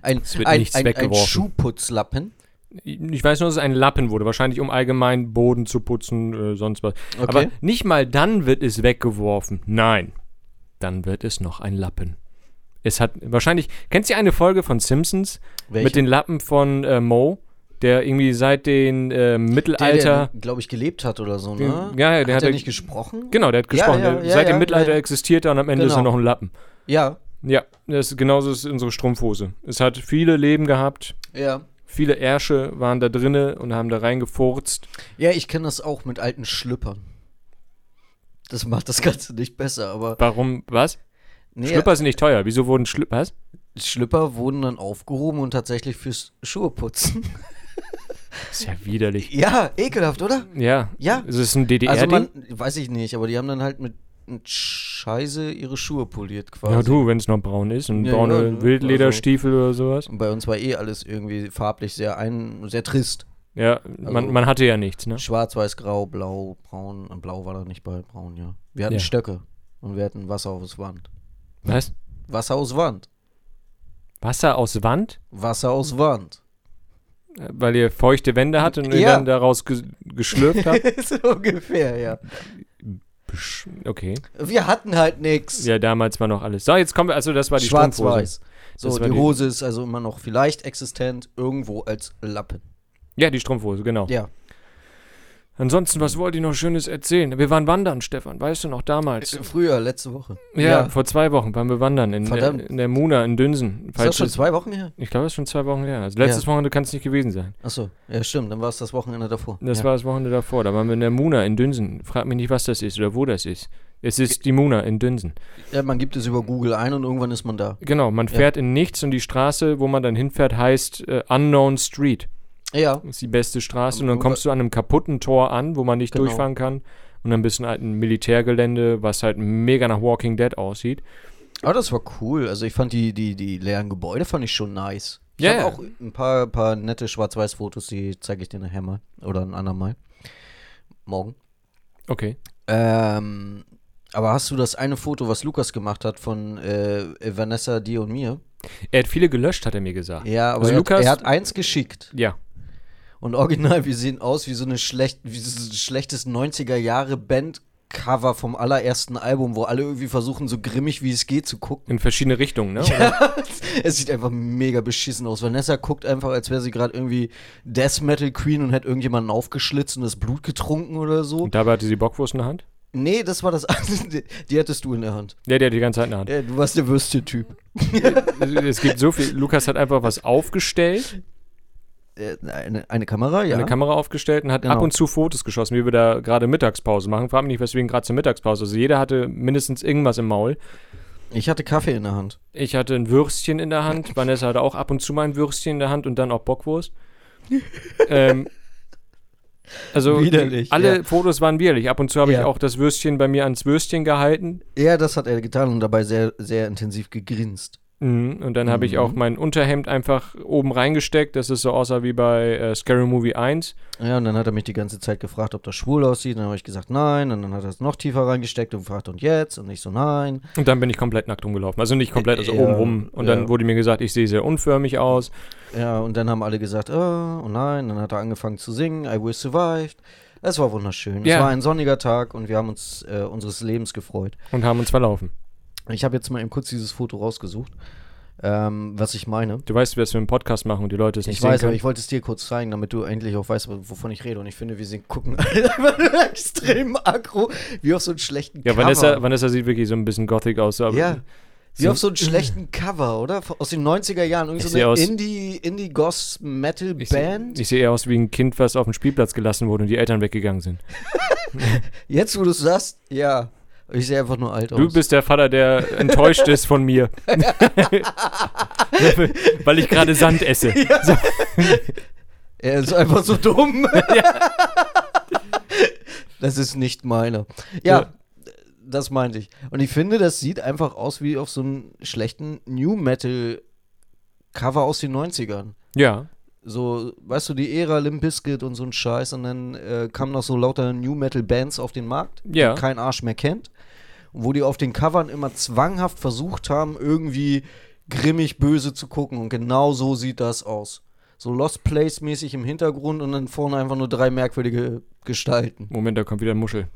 B: Ein,
A: wird
B: ein,
A: nichts
B: ein, ein
A: weggeworfen.
B: Schuhputzlappen.
A: Ich weiß nur, dass es ein Lappen wurde, wahrscheinlich um allgemein Boden zu putzen, äh, sonst was.
B: Okay.
A: Aber nicht mal dann wird es weggeworfen. Nein. Dann wird es noch ein Lappen. Es hat wahrscheinlich. Kennst du eine Folge von Simpsons
B: Welche?
A: mit den Lappen von äh, Mo, der irgendwie seit den äh, Mittelalter.
B: glaube ich, gelebt hat oder so,
A: Den-
B: ne?
A: ja, ja, der
B: hat er
A: hatte-
B: nicht gesprochen?
A: genau, der hat
B: Ja,
A: gesprochen.
B: ja,
A: der,
B: ja,
A: seit
B: ja,
A: dem Mittelalter
B: ja.
A: existiert er und am Ende ist er
B: Genau.
A: noch ein Lappen.
B: Ja,
A: Ja, das ist, genauso ist unsere Strumpfhose. Es hat viele Leben gehabt,
B: ja.
A: viele Ärsche waren da drinne und haben da reingefurzt.
B: Ja, ich kenne das auch mit alten Schlüppern. Das macht das Ganze nicht besser, aber.
A: Warum, was?
B: Nee,
A: Schlüpper sind nicht teuer. Wieso wurden Schlüpper? Was?
B: Schlüpper wurden dann aufgehoben und tatsächlich fürs Schuheputzen.
A: Ist ja widerlich.
B: [laughs] ja, ekelhaft, oder? Also
A: Ja.
B: Ja.
A: Es ist ein DDR-Ding.
B: Also man, weiß ich nicht, aber die haben dann halt mit und scheiße ihre Schuhe poliert quasi.
A: Ja, du, wenn es noch braun ist und
B: Ja,
A: braune
B: ja, ne?
A: Wildlederstiefel oder sowas.
B: Und bei uns war eh alles irgendwie farblich sehr ein, sehr trist.
A: Ja, man,
B: Also-
A: man hatte ja nichts, ne?
B: Schwarz, weiß, grau, blau, braun. Und blau war da nicht bei braun, ja. Wir hatten
A: Ja.
B: Stöcke und wir hatten Wasser aus Wand.
A: Was?
B: Wasser aus Wand.
A: Wasser aus Wand?
B: Wasser
A: [laughs]
B: aus Wand.
A: Äh, Weil ihr feuchte Wände hattet und ihr
B: Ja.
A: dann daraus ge geschlürft
B: [laughs]
A: habt?
B: so ungefähr, ja.
A: Psch, Okay.
B: Wir hatten halt nichts.
A: Ja, damals war noch alles. So, jetzt kommen wir, also das war die Strumpfhose.
B: Schwarz-Weiß. So,
A: Das war
B: die
A: die-
B: Hose ist also immer noch vielleicht existent, irgendwo als Lappen.
A: Ja, die Strumpfhose, genau.
B: Ja.
A: Ansonsten, was wollt ihr noch Schönes erzählen? Wir waren wandern, Stefan, weißt du noch, damals.
B: Früher, letzte Woche.
A: Ja, vor zwei Wochen waren wir wandern in, der,
B: Verdammt.
A: in der Muna in Dünsen.
B: Ist das
A: Falls
B: schon
A: es-
B: zwei Wochen her?
A: ich glaube, das ist schon zwei Wochen her. Also letztes Wochenende kann es nicht gewesen sein.
B: Achso, ja, stimmt. Dann war es das Wochenende davor.
A: Das
B: ja.
A: war das Wochenende davor. Da waren wir in der Muna in Dünsen. Frag mich nicht, was das ist oder wo das ist. Es ist die Muna in Dünsen.
B: ja, man gibt es über Google ein und irgendwann ist man da.
A: Genau, man
B: Ja.
A: fährt in nichts und die Straße, wo man dann hinfährt, heißt äh, Unknown Street.
B: Ja.
A: Das ist die beste Straße. Und
B: Aber
A: dann kommst du an einem kaputten Tor an, wo man nicht
B: Genau.
A: durchfahren kann. Und dann bist du in einem Militärgelände, was halt mega nach Walking Dead aussieht.
B: Aber das war cool. Also ich fand die, die, die leeren Gebäude fand ich schon nice. Ich
A: Ja,
B: hab
A: ja.
B: auch ein paar, paar nette Schwarz-Weiß-Fotos, die zeige ich dir nachher mal. Oder ein andermal. Morgen.
A: Okay.
B: Ähm, aber hast du das eine Foto, was Lukas gemacht hat von äh, Vanessa, dir und mir?
A: Er hat viele gelöscht, hat er mir gesagt.
B: Ja, aber
A: Also
B: er,
A: Lukas-
B: hat, er hat eins geschickt.
A: Ja.
B: Und original, wir sehen aus wie so eine schlecht, wie so ein schlechtes 90er Jahre Bandcover vom allerersten Album, wo alle irgendwie versuchen, so grimmig wie es geht zu gucken. [laughs]
A: In verschiedene Richtungen, ne?
B: Es sieht einfach mega beschissen aus. Vanessa guckt einfach, als wäre sie gerade irgendwie Death Metal Queen und hätte irgendjemanden aufgeschlitzt und das Blut getrunken oder so.
A: Und dabei hatte sie Bockwurst in der Hand.
B: Nee, das war das [laughs] andere. Die hattest du in der Hand.
A: Ja, der hat die ganze Zeit in der Hand.
B: Ja, du warst der Würstchen-Typ.
A: es gibt so viel. Lukas hat einfach was aufgestellt,
B: Äh, Eine, eine Kamera, ja.
A: eine Kamera aufgestellt und hat ab
B: Genau.
A: und zu Fotos geschossen, wie wir da gerade Mittagspause machen. Frag mich nicht, weswegen gerade zur Mittagspause. Also jeder hatte mindestens irgendwas im Maul.
B: ich hatte Kaffee in der Hand.
A: Ich hatte ein Würstchen in der Hand. Vanessa hatte auch ab und zu mal ein Würstchen in der Hand und dann auch Bockwurst. ähm, also
B: Widerlich,
A: die, alle
B: ja.
A: Fotos waren widerlich. Ab und zu habe ich
B: Ja.
A: auch das Würstchen bei mir ans Würstchen gehalten.
B: Ja, das hat er getan und dabei sehr, sehr intensiv gegrinst.
A: Mhm. Und dann habe ich auch mein Unterhemd einfach oben reingesteckt, dass es so aussah wie bei äh, Scary Movie 1.
B: Ja, und dann hat er mich die ganze Zeit gefragt, ob das schwul aussieht. Und dann habe ich gesagt, nein. Und dann hat er es noch tiefer reingesteckt und gefragt, und jetzt? Und ich so, nein.
A: Und dann bin ich komplett nackt rumgelaufen. Also nicht komplett, also
B: Ja,
A: oben rum. Und dann
B: ja.
A: wurde mir gesagt, ich sehe sehr unförmig aus.
B: Ja, und dann haben alle gesagt, oh, oh nein. Dann hat er angefangen zu singen, I Will Survived. Es war wunderschön.
A: Ja.
B: Es war ein sonniger Tag und wir haben uns äh, unseres Lebens gefreut.
A: Und haben uns verlaufen.
B: Ich habe jetzt mal eben kurz dieses Foto rausgesucht, ähm, was ich meine.
A: Du weißt, dass wir einen Podcast machen und die Leute es nicht
B: Ich
A: sehen
B: weiß, aber
A: können.
B: ich wollte es dir kurz zeigen, damit du endlich auch weißt, wo- wovon ich rede. Und ich finde, wir sind gucken alle [laughs] einfach nur extrem aggro, wie auf so einen schlechten
A: ja,
B: Cover.
A: Vanessa, Vanessa sieht wirklich so ein bisschen gothic aus. Aber
B: Ja. Wie
A: So-
B: auf so einen schlechten Cover, oder? Aus den 90er Jahren. Irgendwie
A: Ich
B: so
A: seh
B: eine
A: aus-
B: Indie-Goss-Metal-Band.
A: Ich sehe seh eher aus wie ein Kind, was auf dem Spielplatz gelassen wurde und die Eltern weggegangen sind.
B: Jetzt, wo du es sagst, ja. Ich sehe einfach nur alt aus.
A: Du bist der Vater, der
B: [laughs]
A: enttäuscht ist von mir. Weil ich gerade Sand esse.
B: er ist einfach so dumm. das ist nicht meiner. Ja,
A: Ja.
B: das meinte ich. Und ich finde, das sieht einfach aus wie auf so einem schlechten New Metal-Cover aus den 90ern.
A: Ja.
B: So, weißt du, die Ära Limp Bizkit und so ein Scheiß. Und dann äh, kamen noch so lauter New Metal-Bands auf den Markt.
A: Ja.
B: die kein Arsch mehr kennt. Und wo die auf den Covern immer zwanghaft versucht haben, irgendwie grimmig böse zu gucken. Und genau so sieht das aus. So Lost Place-mäßig im Hintergrund und dann vorne einfach nur drei merkwürdige Gestalten.
A: Moment, da kommt wieder eine Muschel.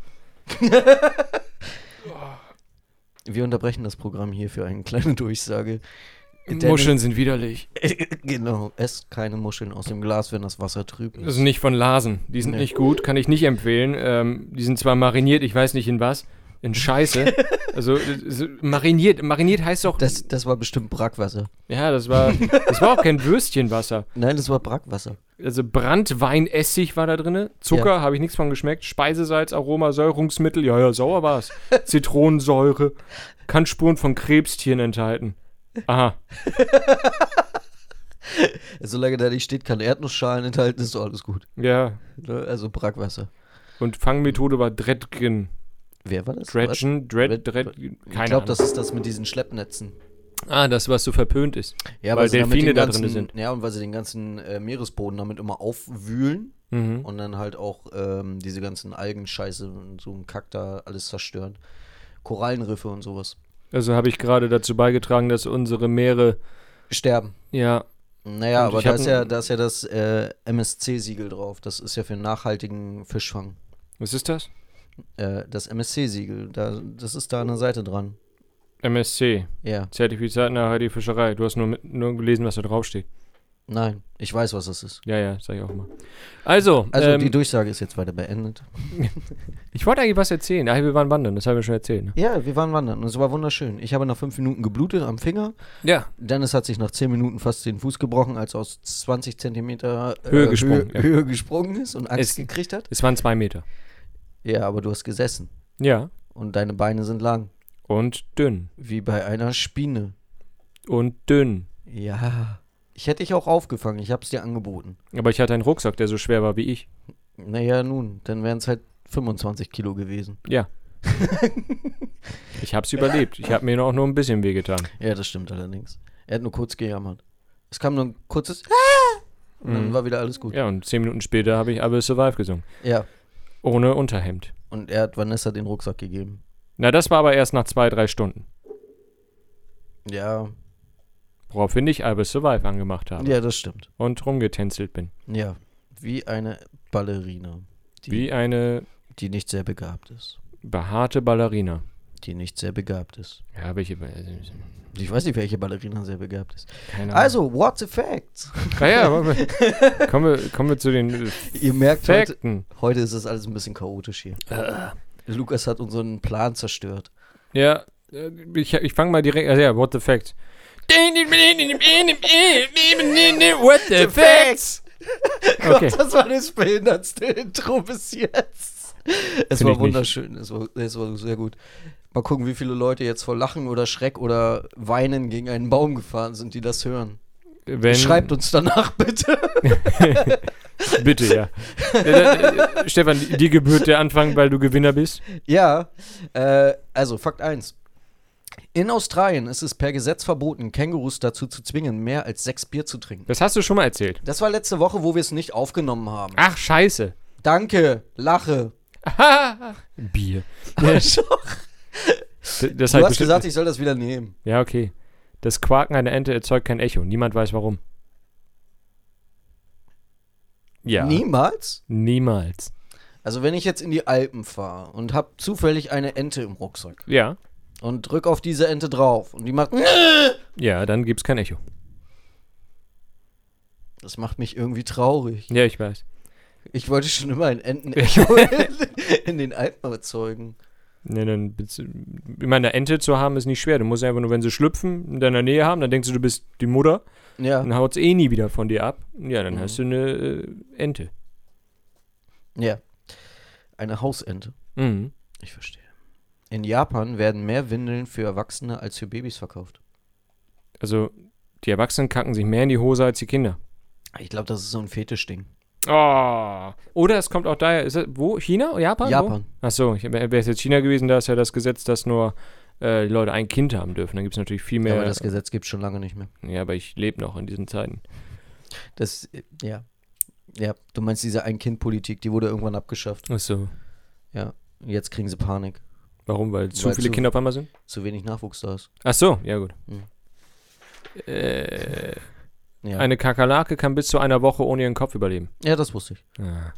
B: Wir unterbrechen das Programm hier für eine kleine Durchsage. Dennis-
A: Muscheln sind widerlich.
B: genau, esst keine Muscheln aus dem Glas, wenn das Wasser trüb
A: Das
B: ist.
A: sind nicht von Larsen. Die sind
B: Nee.
A: nicht gut, kann ich nicht empfehlen. Ähm, die sind zwar mariniert, ich weiß nicht in was. In
B: [laughs]
A: Scheiße. Also äh, so, mariniert. Mariniert heißt doch.
B: Das, das war bestimmt Brackwasser.
A: ja, das war. Das war auch kein Würstchenwasser.
B: Nein, das war Brackwasser.
A: Also Brandweinessig war da drin, Zucker, habe ich nichts von geschmeckt, Speisesalz, Aroma, Säurungsmittel, ja, ja, sauer war es. Zitronensäure, kann Spuren von Krebstieren enthalten. Aha,
B: Solange da nicht steht, keine Erdnussschalen enthalten, ist doch alles gut.
A: ja.
B: Also Brackwasser.
A: Und Fangmethode war Dredgen.
B: Wer war das?
A: Dredgen, Dred,
B: Dred-
A: Dred, keine
B: Ich glaube,
A: Ahnung.
B: das ist das mit diesen Schleppnetzen.
A: ah, das, was so verpönt ist.
B: Ja,
A: Weil
B: sie damit
A: Delfine
B: den
A: da
B: ganzen,
A: drin sind.
B: Ja, und weil sie den ganzen äh, Meeresboden damit immer aufwühlen
A: Mhm.
B: und dann halt auch ähm, diese ganzen Algenscheiße und so ein Kack da alles zerstören. Korallenriffe und sowas.
A: Also habe ich gerade dazu beigetragen, dass unsere Meere,
B: Sterben.
A: ja,
B: Naja,
A: Und
B: aber
A: ich
B: da
A: hab
B: ist,
A: n-
B: ja, da ist ja das äh, MSC-Siegel drauf. Das ist ja für nachhaltigen Fischfang.
A: was ist das?
B: Äh, das MSC-Siegel, da, das ist da an der Seite dran.
A: MSC,
B: Ja,
A: Zertifizat nachhaltige Fischerei. Du hast nur, mit- nur gelesen, was da draufsteht.
B: nein, ich weiß, was das ist.
A: Ja, ja, sag ich auch mal. Also,
B: Also die
A: ähm,
B: Durchsage ist jetzt weiter beendet.
A: ich wollte eigentlich was erzählen. Ach, wir waren wandern, das haben wir schon erzählt. Ne?
B: Ja, wir waren wandern und es war wunderschön. Ich habe nach fünf Minuten geblutet am Finger.
A: Ja,
B: Dennis hat sich nach zehn Minuten fast den Fuß gebrochen, als er aus 20 Zentimeter äh,
A: Höhe gesprungen,
B: Höhe,
A: ja.
B: Höhe gesprungen ist und Angst
A: Es-
B: gekriegt hat.
A: es waren zwei Meter.
B: Ja, aber du hast gesessen
A: Ja,
B: und deine Beine sind lang,
A: und dünn.
B: wie bei einer Spine.
A: Und dünn.
B: Ja, ich hätte dich auch aufgefangen, ich habe es dir angeboten.
A: Aber ich hatte einen Rucksack, der so schwer war wie ich.
B: Naja, nun, dann wären es halt 25 Kilo gewesen.
A: Ja. ich hab's überlebt. Ich hab mir noch nur ein bisschen wehgetan.
B: Ja, das stimmt allerdings. Er hat nur kurz gejammert. Es kam nur ein kurzes "Ah!" und dann
A: Mhm.
B: war wieder alles gut.
A: Ja, und zehn Minuten später habe ich aber Survive gesungen.
B: Ja,
A: Ohne Unterhemd.
B: und er hat Vanessa den Rucksack gegeben.
A: Na, das war aber erst nach zwei, drei Stunden.
B: Ja,
A: Woraufhin ich Albus Survive angemacht habe
B: ja, das stimmt.
A: und rumgetänzelt bin.
B: Ja, wie eine Ballerina, Die-
A: Wie eine
B: die nicht sehr begabt ist.
A: behaarte Ballerina.
B: Die nicht sehr begabt ist.
A: Ja, welche. äh,
B: Ich weiß nicht, welche Ballerina sehr begabt ist.
A: Keine Ahnung.
B: Also, what's the facts?
A: Ja, ja, wollen wir, kommen, wir, kommen wir zu den äh,
B: [laughs] Ihr merkt heute,
A: Fakten.
B: heute ist das alles ein bisschen chaotisch hier. Lukas hat unseren Plan zerstört.
A: Ja, äh, ich, ich fange mal direkt. Also ja, what the facts. What
B: Äh,
A: the facts? Okay.
B: [laughs] Gott, das war das behindertste Intro bis jetzt. Es
A: Find ich nicht.
B: war wunderschön, es war, es war sehr gut. Mal gucken, wie viele Leute jetzt vor Lachen oder Schreck oder Weinen gegen einen Baum gefahren sind, die das hören.
A: Wenn,
B: Schreibt uns danach [laughs] bitte.
A: Bitte, ja.
B: [laughs]
A: ja da, äh, Stefan, dir gebührt der Anfang, weil du Gewinner bist.
B: Ja, äh, also Fakt 1. In Australien ist es per Gesetz verboten, Kängurus dazu zu zwingen, mehr als sechs Bier zu trinken.
A: Das hast du schon mal erzählt.
B: Das war letzte Woche, wo wir es nicht aufgenommen haben.
A: Ach, scheiße. [laughs]
B: Danke, [laughs] lache.
A: Bier.
B: [laughs] Du
A: D- Das halt
B: hast
A: bestimmt-
B: gesagt, ich soll das wieder nehmen.
A: Ja, okay. Das Quaken einer Ente erzeugt kein Echo. Niemand weiß warum. Ja.
B: Niemals?
A: Niemals.
B: Also wenn ich jetzt in die Alpen fahre und habe zufällig eine Ente im Rucksack
A: Ja.
B: und drück auf diese Ente drauf und die macht... [laughs]
A: Ja, dann gibt's kein Echo.
B: Das macht mich irgendwie traurig.
A: Ja, ich weiß.
B: Ich wollte schon immer ein [laughs] Entenecho in- in den Alpen erzeugen.
A: Nee, dann, bist du- ich meine, eine Ente zu haben ist nicht schwer. Du musst einfach nur, wenn sie schlüpfen, in deiner Nähe haben, dann denkst du, du bist die Mutter.
B: Ja.
A: Dann haut's eh nie wieder von dir ab. Ja, dann
B: Mhm.
A: hast du eine äh, Ente.
B: Ja. Eine Hausente.
A: Mhm.
B: Ich verstehe. In Japan werden mehr Windeln für Erwachsene als für Babys verkauft.
A: Also, die Erwachsenen kacken sich mehr in die Hose als die Kinder.
B: Ich glaube, das ist so ein Fetischding.
A: Oh. Oder es kommt auch daher, ist es, wo? China? Japan? Wo?
B: Japan.
A: Achso, wäre es jetzt China gewesen, da ist ja das Gesetz, dass nur äh, die Leute ein Kind haben dürfen. Dann gibt es natürlich viel mehr.
B: Aber das Gesetz gibt es schon lange nicht mehr.
A: ja, aber ich lebe noch in diesen Zeiten.
B: Das, äh, ja. Ja, du meinst diese Ein-Kind-Politik, die wurde irgendwann abgeschafft.
A: Achso.
B: Und Jetzt kriegen sie Panik.
A: Warum? Weil zu
B: Weil
A: viele
B: zu-
A: Kinder auf einmal sind?
B: Zu wenig Nachwuchs da ist.
A: Achso, ja gut.
B: Hm.
A: Äh,
B: Ja,
A: eine Kakerlake kann bis zu einer Woche ohne ihren Kopf überleben.
B: ja das wusste ich.
A: Ah.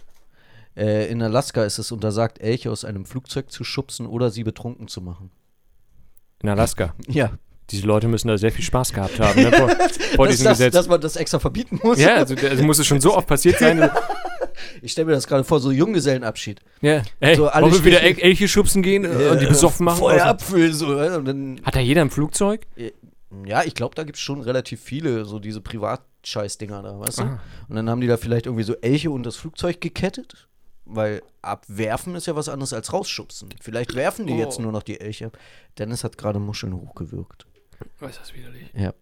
B: Äh, in Alaska ist es untersagt, Elche aus einem Flugzeug zu schubsen oder sie betrunken zu machen.
A: In Alaska.
B: Ja.
A: Diese Leute müssen da sehr viel Spaß gehabt haben, ne,
B: [laughs]
A: vor, vor
B: Dass,
A: diesem
B: das,
A: Gesetz.
B: dass man das extra verbieten muss.
A: ja, also, das muss es schon so oft passiert sein.
B: Ich stelle mir das gerade vor, so Junggesellenabschied.
A: Ja. Ey,
B: So, alle
A: wollen wir wieder
B: stechen-
A: El Elche schubsen gehen äh, und die besoffen machen?
B: Feuer
A: Außer-
B: abfüllen, so. äh, Und dann äh,
A: Hat da jeder ein Flugzeug?
B: Ja, ich glaube, da gibt es schon relativ viele, so diese Privatscheiß-Dinger da, weißt du?
A: Ah.
B: Und dann haben die da vielleicht irgendwie so Elche und das Flugzeug gekettet. Weil abwerfen ist ja was anderes als rausschubsen. Vielleicht werfen die jetzt
A: Oh.
B: nur noch die Elche ab. Dennis hat gerade Muscheln hochgewirkt.
A: Oh, Ist das widerlich?
B: Ja.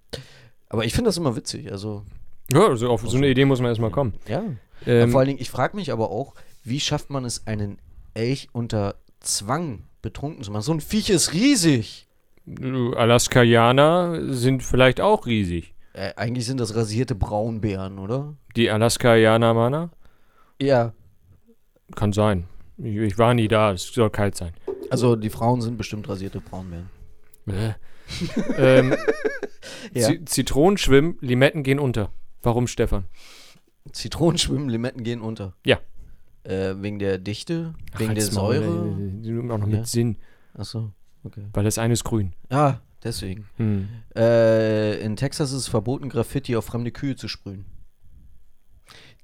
B: Aber ich finde das immer witzig. Also,
A: Ja, also auf so eine Idee muss man erstmal kommen.
B: ja.
A: Ähm,
B: Vor allen Dingen, ich frage mich aber auch, wie schafft man es, einen Elch unter zwang, betrunken zu machen. So ein Viech ist riesig.
A: Alaskaianer sind vielleicht auch riesig.
B: Äh, eigentlich sind das rasierte Braunbären, oder?
A: Die Alaskaianer, Mana?
B: Ja.
A: Kann sein. Ich, ich war nie da, es soll kalt sein.
B: Also die Frauen sind bestimmt rasierte Braunbären.
A: Bäh. ähm,
B: [laughs] Ja.
A: Zi- Zitronen schwimmen, Limetten gehen unter. Warum, Stefan?
B: Zitronen schwimmen, Limetten gehen unter.
A: Ja.
B: Äh, wegen der Dichte,
A: Ach,
B: wegen der
A: halt's Maul,
B: Säure.
A: ey. Die tun Auch noch
B: Ja.
A: mit Sinn,
B: Achso, okay.
A: weil das eine ist grün.
B: Ja, deswegen.
A: Hm.
B: Äh, in Texas ist es verboten, Graffiti auf fremde Kühe zu sprühen.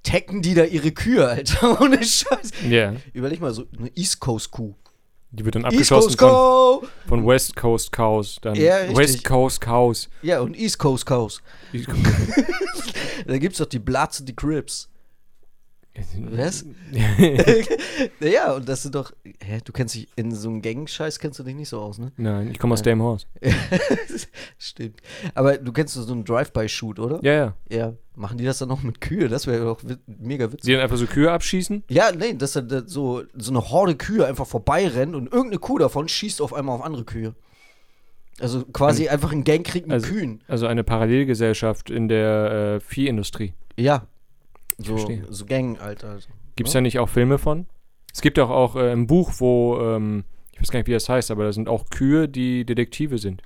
B: Tecken die da ihre Kühe, Alter, [laughs] ohne Scheiß.
A: Ja.
B: Überleg mal, so eine East Coast Kuh.
A: Die wird dann
B: East
A: abgeschossen
B: Coast
A: von,
B: Cow!
A: von West Coast Cows. Dann
B: Ja, richtig.
A: West Coast Cows.
B: Ja, und East Coast Cows.
A: Ich-
B: [laughs] Da gibt's doch die Bloods und die Crips. Was? naja, und das sind doch. Hä, du kennst dich in so einem Gang-Scheiß kennst du dich nicht so aus, ne? [laughs]
A: Nein, ich komme aus dem Horse.
B: Stimmt. Aber du kennst so einen Drive-by-Shoot, oder?
A: Ja, ja.
B: Ja. Machen die das dann noch mit Kühe? Das wäre doch wi- mega witzig.
A: Die dann einfach so Kühe abschießen.
B: Ja, nee, dass da da so, so eine Horde Kühe einfach vorbeirennt und irgendeine Kuh davon schießt auf einmal auf andere Kühe. Also quasi einfach ein Gangkrieg mit
A: also-
B: Kühen.
A: Also eine Parallelgesellschaft in der äh, Viehindustrie.
B: Ja. So,
A: verstehe.
B: so Gang, Alter. Also.
A: Gibt es
B: Ja.
A: da nicht auch Filme von? Es gibt auch, auch äh, ein Buch, wo, ähm, ich weiß gar nicht, wie das heißt, aber da sind auch Kühe, die Detektive sind.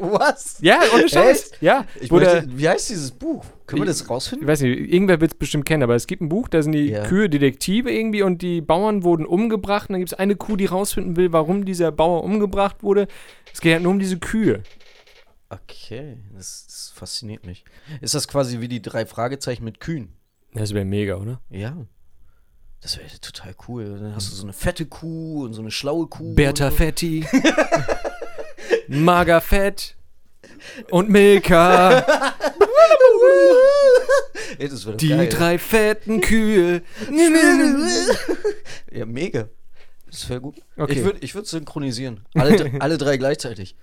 B: Was?
A: Ja, ohne
B: Scheiß.
A: Ja,
B: Ich
A: wo der,
B: möchte, wie heißt dieses Buch? Können wir das
A: ich
B: rausfinden?
A: weiß nicht, irgendwer wird es bestimmt kennen, aber es gibt ein Buch, da sind die
B: Ja.
A: Kühe Detektive irgendwie und die Bauern wurden umgebracht und dann gibt es eine Kuh, die rausfinden will, warum dieser Bauer umgebracht wurde. Es geht halt nur um diese Kühe.
B: Okay, das, das fasziniert mich. Ist das quasi wie die drei Fragezeichen mit Kühen?
A: Das wäre mega, oder?
B: Ja. Das wäre total cool. Dann hast du so eine fette Kuh und so eine schlaue Kuh. und
A: Bertha
B: so.
A: Fetti, Magerfett und Milka,
B: [laughs] Ey, das wäre doch
A: die
B: geil.
A: drei fetten Kühe.
B: Ja, mega. Das wäre gut.
A: Okay.
B: Ich würde ich würd synchronisieren. Alle,
A: [laughs]
B: dr- alle drei gleichzeitig.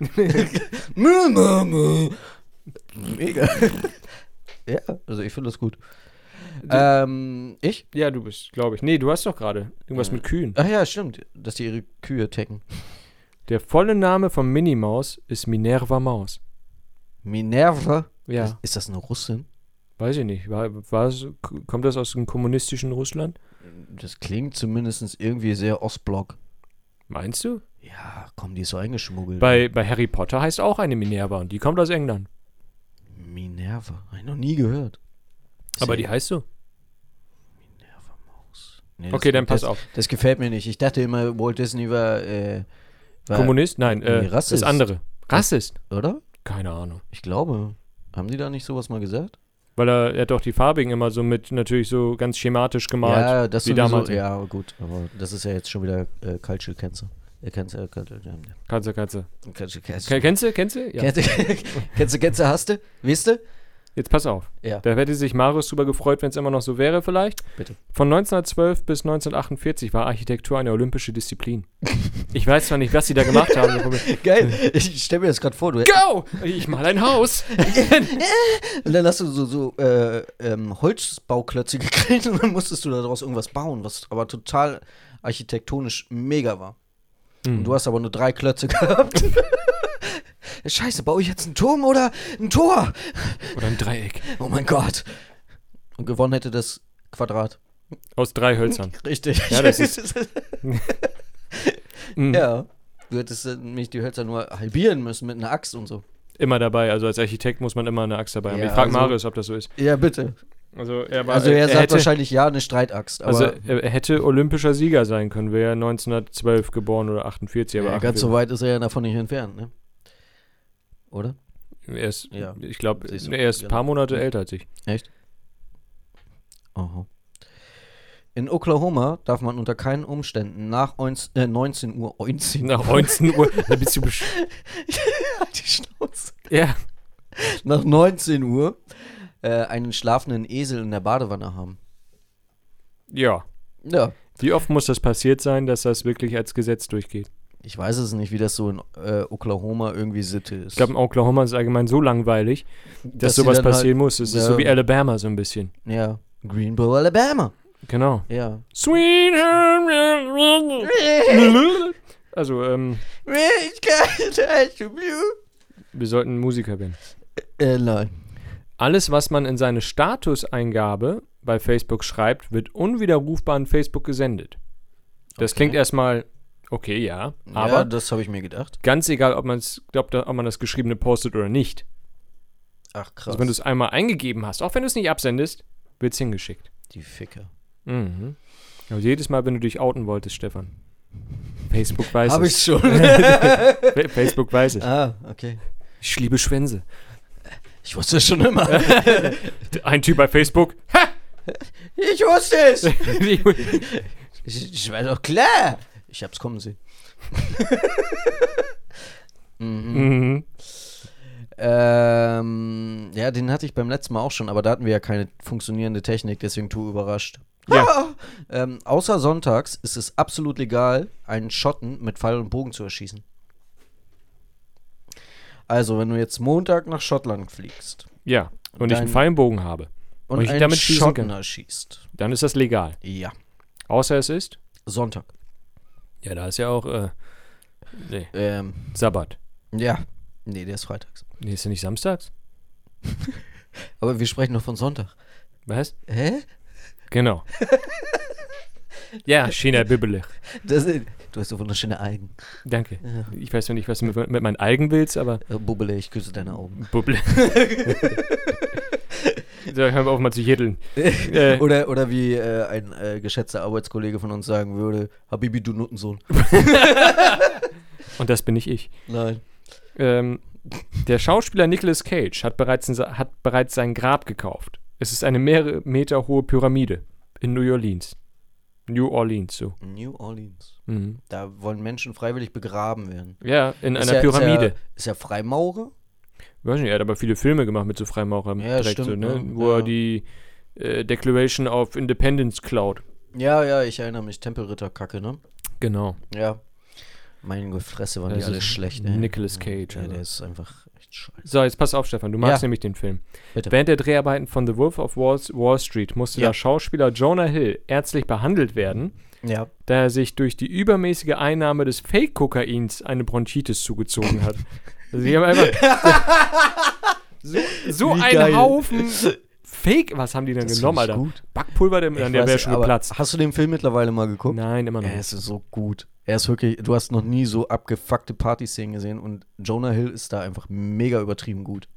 B: mega. ja, also ich finde das gut. Ähm, ich?
A: ja, du bist, glaube ich. Nee, du hast doch gerade irgendwas mit Kühen.
B: Ach ja, stimmt, dass die ihre Kühe tecken.
A: Der volle Name von Minnie Maus ist Minerva Maus.
B: Minerva?
A: Ja.
B: Ist, ist das eine Russin?
A: Weiß ich nicht. War, war es, k- kommt das aus dem kommunistischen Russland?
B: Das klingt zumindest irgendwie sehr Ostblock.
A: Meinst du?
B: Ja, komm, die ist so eingeschmuggelt.
A: Bei, bei Harry Potter heißt auch eine Minerva und die kommt aus England.
B: Minerva. Hab ich noch nie gehört.
A: Aber
B: Sehr-
A: die heißt so.
B: Nee,
A: Okay, dann pass
B: das,
A: auf.
B: Das gefällt mir nicht. Ich dachte immer, Walt Disney war, äh, war
A: Kommunist? Nein, äh,
B: Nee, Rassist.
A: das andere. Rassist?
B: oder?
A: Keine Ahnung.
B: Ich glaube. Haben die da nicht sowas mal gesagt?
A: Weil er, er hat doch die Farbigen immer so mit, natürlich so ganz schematisch gemalt.
B: ja, das
A: halt, wie
B: sowieso,
A: damals. Ja.
B: Ja, gut. Aber das ist ja jetzt schon wieder äh, Cultural Cancer. Äh, Cancer, Cultural, ja, ja.
A: Katze, Katze.
B: Cultural
A: Ke-
B: Cancer.
A: Kennst du, kennst du? Ja.
B: Kennst [laughs] du, kennst du, kennst du, hast du? Weißt du?
A: Jetzt pass auf.
B: Ja.
A: Da hätte sich Marius drüber gefreut, wenn es immer noch so wäre vielleicht.
B: Bitte.
A: Von 1912 bis 1948 war Architektur eine olympische Disziplin. ich weiß zwar nicht, was sie da gemacht haben. [laughs] aber-
B: Geil. Ich stell mir das gerade vor. Du,
A: Go! Ich mal ein Haus.
B: und dann hast du so, so äh, ähm, Holzbauklötze [laughs] gekriegt und dann musstest du daraus irgendwas bauen, was aber total architektonisch mega war.
A: Hm.
B: Und du hast aber nur drei Klötze [laughs] gehabt. Scheiße, baue ich jetzt einen Turm oder ein Tor?
A: Oder ein Dreieck.
B: Oh mein Gott. Und gewonnen hätte das Quadrat.
A: Aus drei Hölzern.
B: Richtig.
A: Ja, das ist-
B: [laughs]
A: Mhm.
B: ja. Du hättest äh, nämlich die Hölzer nur halbieren müssen mit einer Axt und so.
A: Immer dabei. Also als Architekt muss man immer eine Axt dabei haben.
B: Ja,
A: ich frage
B: also-
A: Marius, ob das so ist.
B: Ja, bitte.
A: Also er, war,
B: Also
A: er,
B: er sagt
A: hätte,
B: wahrscheinlich ja, eine Streitaxt. Aber
A: also er er hätte olympischer Sieger sein können. Wäre er 1912 geboren oder 48. Aber
B: ja, ganz so weit ist er ja davon nicht entfernt, ne? Oder?
A: Er ist,
B: Ja.
A: ich glaube,
B: Siehst du,
A: er ist ein paar Monate älter als ich.
B: Echt? Aha. In Oklahoma darf man unter keinen Umständen nach 19, äh, 19 Uhr [laughs] 19
A: Nach 19
B: [laughs]
A: Uhr. Da bist du besch
B: die Schnauze.
A: ja.
B: Nach 19 Uhr äh, einen schlafenden Esel in der Badewanne haben.
A: ja.
B: Ja.
A: Wie oft muss das passiert sein, dass das wirklich als Gesetz durchgeht?
B: Ich weiß es nicht, wie das so in äh, Oklahoma irgendwie Sitte ist.
A: Ich glaube, in Oklahoma ist es allgemein so langweilig, dass,
B: sie
A: sowas
B: dann halt-
A: passieren muss. Es
B: Ja.
A: ist so wie Alabama so ein bisschen.
B: Ja. Greenbow, Alabama.
A: Genau.
B: Ja.
A: Sweet Home. [laughs] Also, ähm, wir sollten Musiker werden.
B: Äh, nein.
A: Alles, was man in seine Statuseingabe bei Facebook schreibt, wird unwiderrufbar an Facebook gesendet. Das
B: Okay.
A: klingt erstmal okay, ja. Aber
B: ja, das habe ich mir gedacht.
A: ganz egal, ob, man's, ob, da, ob man das Geschriebene postet oder nicht.
B: Ach krass.
A: Also, wenn du es einmal eingegeben hast, auch wenn du es nicht absendest, wird es hingeschickt.
B: die Ficker.
A: Mhm. Aber jedes Mal, wenn du dich outen wolltest, Stefan. Facebook weiß
B: Habe
A: es.
B: ich schon.
A: Fa- Facebook weiß es.
B: [laughs] ah, okay.
A: Ich liebe Schwänze.
B: Ich wusste es schon immer.
A: Ein Typ bei [laughs] Facebook.
B: [laughs] ich wusste es.
A: ich
B: Ich, ich war doch klar. Ich hab's kommen sehen. [laughs] mhm.
A: mhm.
B: Ähm, ja, den hatte ich beim letzten Mal auch schon, aber da hatten wir ja keine funktionierende Technik, deswegen tu überrascht.
A: Ja.
B: Ähm, außer sonntags ist es absolut legal, einen Schotten mit Pfeil und Bogen zu erschießen. Also, wenn du jetzt Montag nach Schottland fliegst
A: Ja. Und ich einen
B: Dein-
A: Pfeilenbogen habe,
B: und
A: Und ich
B: einen
A: damit schießen
B: Schotten
A: kann.
B: erschießt.
A: dann ist das legal.
B: Ja,
A: Außer es ist.
B: Sonntag.
A: Ja, da ist ja auch äh, nee,
B: Ähm,
A: Sabbat.
B: ja. Nee, der ist freitags.
A: Nee, ist ja nicht samstags.
B: Aber wir sprechen doch von Sonntag.
A: Was?
B: Hä?
A: Genau. [laughs] ja, China Bibbele.
B: Das ist, du hast so wunderschöne Algen.
A: Danke. Ich weiß noch nicht, was du mit, mit meinen Algen willst, aber
B: Äh, Bubbele, ich küsse deine Augen.
A: Bubble. so, hören wir auf mal zu jitteln. [laughs] Äh,
B: Oder, oder wie äh, ein äh, geschätzter Arbeitskollege von uns sagen würde, Habibi, du Nuttensohn.
A: und das bin nicht ich.
B: Nein.
A: Ähm, der Schauspieler Nicolas Cage hat bereits, ein, Sa- hat bereits sein Grab gekauft. Es ist eine mehrere Meter hohe Pyramide in New Orleans. New Orleans, so.
B: New Orleans.
A: Mhm.
B: Da wollen Menschen freiwillig begraben werden.
A: Ja, in
B: Ist
A: einer
B: ja-
A: Pyramide.
B: Ist ja, ist ja Freimaurer?
A: Weiß nicht, er hat aber viele Filme gemacht mit so Freimaurern.
B: Ja,
A: direkt
B: stimmt,
A: so, ne?
B: ne?
A: Wo er
B: Ja.
A: die äh, Declaration of Independence klaut.
B: Ja, ja, ich erinnere mich. Tempelritterkacke, ne?
A: Genau.
B: Ja. Meine Fresse waren die
A: Das
B: alle
A: ist
B: schlecht, ey.
A: Nicolas Cage,
B: Ja,
A: also.
B: der ist einfach echt scheiße.
A: So, jetzt pass auf, Stefan, du magst
B: Ja.
A: nämlich den Film.
B: Bitte.
A: Während der Dreharbeiten von The Wolf of Wall, Wall Street musste
B: Ja.
A: der Schauspieler Jonah Hill ärztlich behandelt werden,
B: Ja.
A: da er sich durch die übermäßige Einnahme des Fake-Kokains eine Bronchitis zugezogen
B: [laughs]
A: hat. Also die haben einfach so, so
B: Wie
A: einen
B: geil.
A: Haufen Fake, was haben die denn
B: Das
A: genommen,
B: find ich
A: Alter?
B: gut.
A: Backpulver, der, dann,
B: Ich
A: der
B: weiß
A: wäre
B: nicht,
A: schon
B: aber
A: geplatzt.
B: Hast du den Film mittlerweile mal geguckt?
A: Nein, immer noch
B: Er
A: nicht.
B: ist so gut. Er ist wirklich, du hast noch nie so abgefuckte Partyszenen gesehen und Jonah Hill ist da einfach mega übertrieben gut.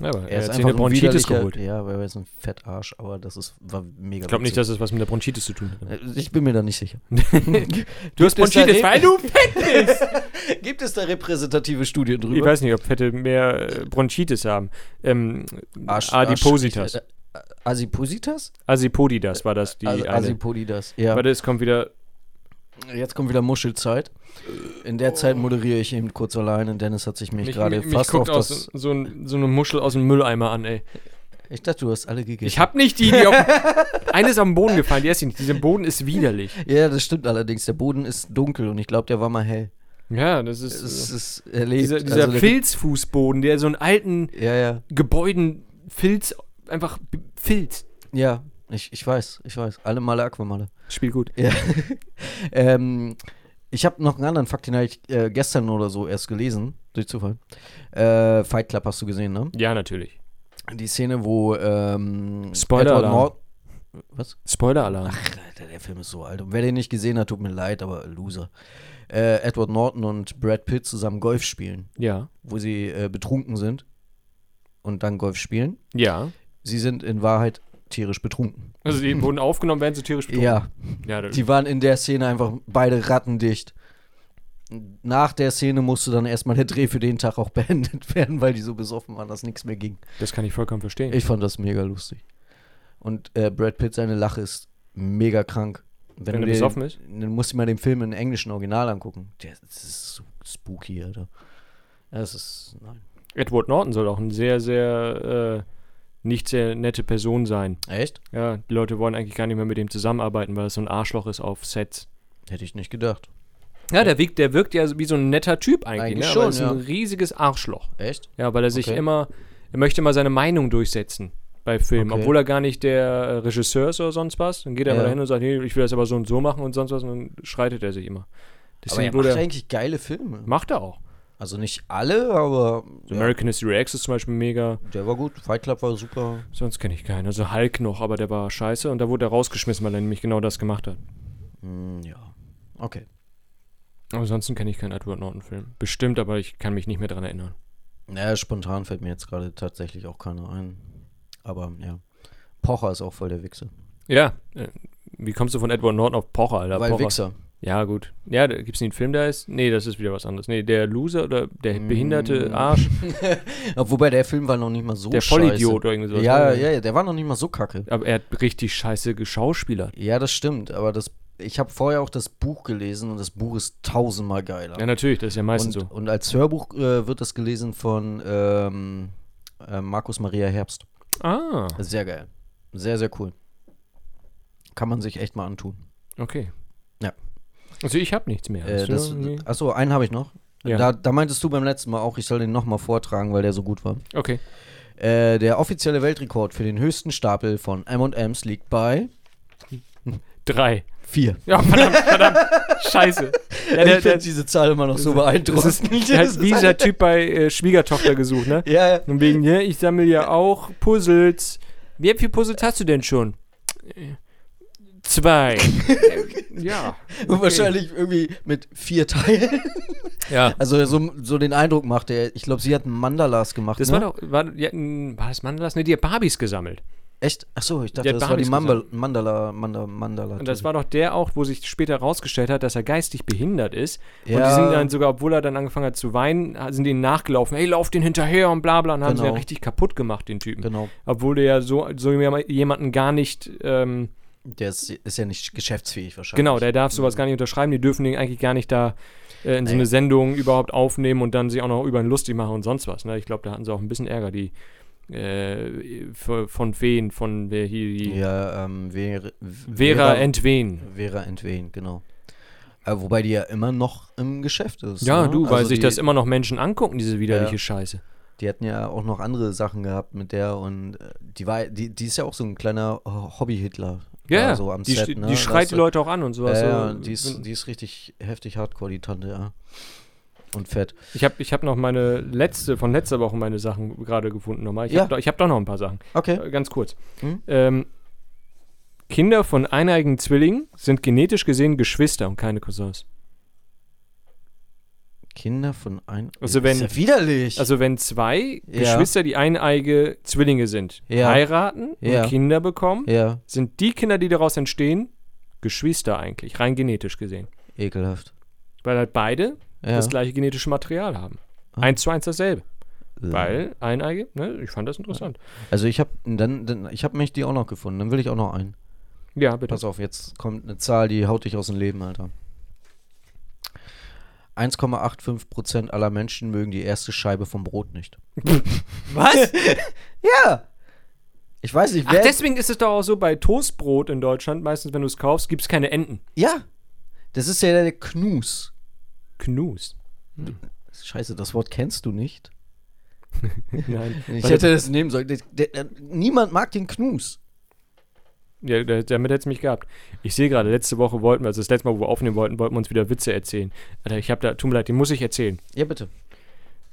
A: Ja, aber
B: Er,
A: er,
B: ist
A: hat sich
B: einfach
A: eine
B: ein
A: Bronchitis
B: widerlicher-
A: geholt.
B: Ja, weil er ist ein Fettarsch, aber das ist, war mega
A: Ich glaube nicht,
B: witzig.
A: dass es was mit der Bronchitis zu tun hat.
B: Äh, Ich bin mir da
A: [laughs]
B: nicht sicher.
A: Du hast
B: Gibt es da
A: Bronchitis,
B: Re-
A: weil du fett
B: [laughs] Gibt es da repräsentative Studien
A: Ich
B: drüber?
A: weiß nicht, ob Fette mehr äh, Bronchitis haben. Ähm,
B: Arsch-
A: Adipositas.
B: Arsch- äh, Asipositas?
A: Asipodidas war das, die
B: As-
A: eine.
B: Asipodidas, ja.
A: Warte, es kommt wieder.
B: Jetzt kommt wieder Muschelzeit. In der Zeit moderiere ich eben kurz alleine. Dennis hat sich mich
A: Mich,
B: gerade
A: mich, mich
B: fast auf
A: guckt aus
B: das...
A: so, so, ein, so eine Muschel aus dem Mülleimer an, ey.
B: Ich dachte, du hast alle gegessen.
A: Ich hab nicht die, die [laughs] auf. eine ist am Boden gefallen, die esse ich nicht. Dieser Boden ist widerlich.
B: Ja, das stimmt allerdings. Der Boden ist dunkel und ich glaube, der war mal hell.
A: Ja, das ist.
B: Es
A: äh,
B: ist erlebt.
A: dieser dieser
B: also, der-
A: Filzfußboden, der so einen alten
B: Ja, ja.
A: Gebäuden Filz. Einfach B- Filz.
B: Ja, ich, ich weiß, ich weiß. Alle Male Aquamale.
A: Spiel gut.
B: Ja. [laughs] ähm, ich habe noch einen anderen Fakt, den habe ich äh, gestern oder so erst gelesen, durch Zufall. Äh, Fight Club hast du gesehen, ne?
A: Ja, natürlich.
B: Die Szene, wo ähm,
A: Spoiler-Alarm.
B: Edward Nord- Was?
A: Spoiler-Alarm.
B: Ach, Alter, der Film ist so alt. Und wer den nicht gesehen hat, tut mir leid, aber Loser. Äh, Edward Norton und Brad Pitt zusammen Golf spielen,
A: Ja.
B: wo sie äh, betrunken sind und dann Golf spielen. [laughs]
A: Ja.
B: Sie sind in Wahrheit tierisch betrunken.
A: Also die wurden aufgenommen, werden sie tierisch betrunken.
B: Ja,
A: ja da-
B: Die waren in der Szene einfach beide rattendicht. Nach der Szene musste dann erstmal der Dreh für den Tag auch beendet [laughs] werden, weil die so besoffen waren, dass nichts mehr ging.
A: das kann ich vollkommen verstehen.
B: Ich fand das mega lustig. Und äh, Brad Pitt, seine Lache ist mega krank.
A: Wenn
B: du
A: er
B: dir-
A: besoffen ist?
B: Dann musst du mal den Film in englischen Original angucken. Der, das ist so spooky, Alter. Das ist, nein.
A: Edward Norton soll auch eine sehr, sehr äh, nicht sehr nette Person sein.
B: Echt?
A: Ja, die Leute wollen eigentlich gar nicht mehr mit ihm zusammenarbeiten, weil er so ein Arschloch ist auf Sets.
B: Hätte ich nicht gedacht.
A: Ja, der wirkt, der wirkt ja wie so ein netter Typ eigentlich.
B: Eigentlich
A: ne?
B: schon,
A: aber er ist ein riesiges Arschloch.
B: Echt?
A: Ja, weil er sich
B: Okay.
A: immer, er möchte immer seine Meinung durchsetzen. bei Filmen,
B: Okay.
A: obwohl er gar nicht der äh, Regisseur ist oder sonst was. Dann geht er
B: Ja.
A: immer dahin und sagt, nee, ich will das aber so und so machen und sonst was und dann streitet er sich immer.
B: Aber
A: Deswegen
B: er
A: wurde
B: macht
A: er,
B: eigentlich geile Filme.
A: macht er auch.
B: Also nicht alle, aber
A: So
B: ja,
A: American History X ist zum Beispiel mega.
B: der war gut. Fight Club war super.
A: Sonst kenne ich keinen. Also Hulk noch, aber der war scheiße und da wurde er rausgeschmissen, weil er nämlich genau das gemacht hat.
B: Hm, ja. Okay.
A: Aber ansonsten kenne ich keinen Edward Norton-Film. Bestimmt, aber ich kann mich nicht mehr dran erinnern.
B: Naja, spontan fällt mir jetzt gerade tatsächlich auch keiner ein. Aber ja. Pocher ist auch voll der Wichser.
A: Ja, äh, wie kommst du von Edward Norton auf Pocher, Alter?
B: Weil
A: Pocher.
B: Wichser.
A: Ja, gut. Ja, da gibt's nicht einen Film, der ist. Nee, das ist wieder was anderes. Nee, der Loser oder der
B: Mm.
A: behinderte Arsch,
B: Aber wobei der Film war noch nicht mal so
A: der
B: scheiße.
A: Vollidiot oder irgendwie sowas.
B: Ja,
A: ne?
B: ja, ja, der war noch nicht mal so kacke.
A: Aber er hat richtig scheiße geschauspielert.
B: Ja, das stimmt. Aber das, ich habe vorher auch das Buch gelesen und das Buch ist tausendmal geiler.
A: Ja, natürlich, das ist ja
B: und,
A: meistens so.
B: und als Hörbuch äh, wird das gelesen von ähm, äh, Markus Maria Herbst.
A: Ah,
B: Sehr geil. Sehr, sehr cool. Kann man sich echt mal antun.
A: okay.
B: Ja.
A: Also ich habe nichts mehr.
B: Äh,
A: Hast du
B: das, [laughs]
A: irgendwie-
B: achso, einen habe ich noch.
A: Ja.
B: Da, da meintest du beim letzten Mal auch, ich soll den nochmal vortragen, weil der so gut war.
A: okay.
B: Äh, der offizielle Weltrekord für den höchsten Stapel von MMs liegt bei
A: Drei.
B: vier.
A: Ja, verdammt,
B: [laughs]
A: verdammt. scheiße. Ja, der,
B: ich
A: der,
B: finde diese Zahl immer noch so beeindruckend.
A: das
B: [laughs]
A: ist, der
B: [laughs] Das
A: hat
B: ist
A: wie dieser
B: halt-
A: Typ bei äh, Schwiegertochter gesucht, ne?
B: Ja, [laughs] ja.
A: Und wegen, ne, ich sammle ja auch Puzzles. Wie viele Puzzles hast du denn schon? Äh, Zwei. ja.
B: Und wahrscheinlich irgendwie mit vier Teilen.
A: [laughs] Ja.
B: Also so, so den Eindruck macht er. Ich glaube, sie hat Mandalas gemacht.
A: Das
B: ne?
A: war doch, war, ja, n- war das Mandalas? Ne, die hat Barbies gesammelt.
B: Echt? Achso, ich
A: Der
B: dachte,
A: hat
B: das war die
A: Barbies
B: Mandal Mandala, Mandala, Mandala.
A: Und das war doch der auch, wo sich später rausgestellt hat, dass er geistig behindert ist. Und die
B: Ja.
A: sind dann sogar, obwohl er dann angefangen hat zu weinen, sind denen nachgelaufen. Hey, lauf den hinterher und bla bla. Und haben sie
B: Genau.
A: ja richtig kaputt gemacht, den Typen.
B: Genau.
A: Obwohl der ja so, so jemanden gar nicht, ähm,
B: Der ist, ist ja nicht geschäftsfähig wahrscheinlich.
A: Genau, der darf sowas gar nicht unterschreiben. Die dürfen den eigentlich gar nicht da äh, in so eine Sendung überhaupt aufnehmen und dann sich auch noch über ihn lustig machen und sonst was. Ne? Ich glaube, da hatten sie auch ein bisschen Ärger, die äh, v- von Wen, von wer hier, die
B: Ja, ähm, Vera, Vera,
A: Vera Entwen.
B: Vera entwehen, genau. Äh, wobei die ja immer noch im Geschäft ist.
A: Ja,
B: ne?
A: du, weil
B: Also
A: sich
B: die,
A: das immer noch Menschen angucken, diese widerliche
B: Ja.
A: Scheiße.
B: Die hatten ja auch noch andere Sachen gehabt mit der und äh, die war, die, die ist ja auch so ein kleiner äh, Hobby-Hitler.
A: Ja, ja,
B: so am
A: die,
B: Set,
A: sch-
B: ne?
A: die schreit die
B: Weißt
A: Leute auch an und
B: du?
A: sowas.
B: Ja,
A: so. also
B: ja, die ist, die ist richtig heftig hardcore, die Tante, ja. Und fett.
A: ich habe ich hab noch meine letzte, von letzter Woche meine Sachen gerade gefunden nochmal. Ich
B: Ja.
A: habe hab doch noch ein paar Sachen.
B: Okay.
A: Äh, ganz kurz.
B: Hm?
A: Ähm, Kinder von eineiigen Zwillingen sind genetisch gesehen Geschwister und keine Cousins.
B: Kinder von ein.
A: Also
B: Das
A: wenn-
B: ist ja widerlich.
A: Also wenn zwei
B: Ja.
A: Geschwister, die eineige Zwillinge sind,
B: Ja.
A: heiraten
B: Ja.
A: und Kinder bekommen,
B: ja,
A: sind die Kinder, die daraus entstehen, Geschwister eigentlich, rein genetisch gesehen.
B: ekelhaft.
A: Weil halt beide
B: Ja.
A: das gleiche genetische Material haben.
B: Ah. Äh.
A: Eins zu eins dasselbe.
B: Ja.
A: Weil eineige, ne, ich fand das interessant.
B: Also ich habe dann, dann ich habe mich die auch noch gefunden. Dann will ich auch noch einen.
A: Ja, bitte.
B: Pass auf, jetzt kommt eine Zahl, die haut dich aus dem Leben, Alter. 1,85% aller Menschen mögen die erste Scheibe vom Brot nicht.
A: Was?
B: [laughs] Ja! Ich weiß nicht,
A: Ach,
B: wer.
A: deswegen ist es doch auch so bei Toastbrot in Deutschland, meistens wenn du es kaufst, gibt es keine Enden.
B: ja! Das ist ja der Knus.
A: Knus.
B: Scheiße, das Wort kennst du nicht.
A: Nein.
B: Ich
A: Warte,
B: hätte das nehmen sollen. Der, der, der, niemand mag den Knus.
A: [laughs] Ja, da- damit hätte es mich gehabt. Ich sehe gerade, letzte Woche wollten wir, also das letzte Mal, wo wir aufnehmen wollten, wollten wir uns wieder Witze erzählen. Alter, ich habe da, tut mir leid, den muss ich erzählen.
B: Ja, bitte.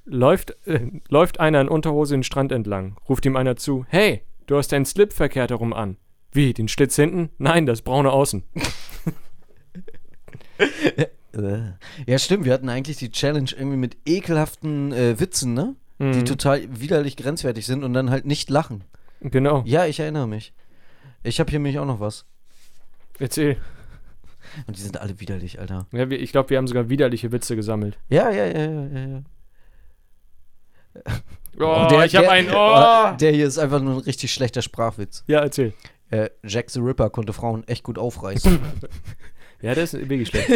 A: Läuft, äh, läuft einer in Unterhose den Strand entlang, ruft ihm einer zu, hey, du hast deinen Slip verkehrt herum an. Wie, den Schlitz hinten? Nein, das braune Außen.
B: Äh. Ja, stimmt. Wir hatten eigentlich die Challenge irgendwie mit ekelhaften äh, Witzen, ne? Die
A: Mhm.
B: total widerlich grenzwertig sind und dann halt nicht lachen.
A: Genau,
B: Ja, ich erinnere mich. Ich habe hier nämlich auch noch was.
A: erzähl.
B: Und die sind alle widerlich, Alter.
A: Ja, wir, ich glaube, wir haben sogar widerliche Witze gesammelt.
B: Ja, ja, ja, ja, ja. ja.
A: Oh,
B: der-
A: ich habe
B: der- äh,
A: einen, oh.
B: Der hier ist einfach nur ein richtig schlechter Sprachwitz.
A: Ja, erzähl.
B: Äh, Jack the Ripper konnte Frauen echt gut aufreißen.
C: [laughs]
A: Ja, das ist wirklich [laughs] schlecht.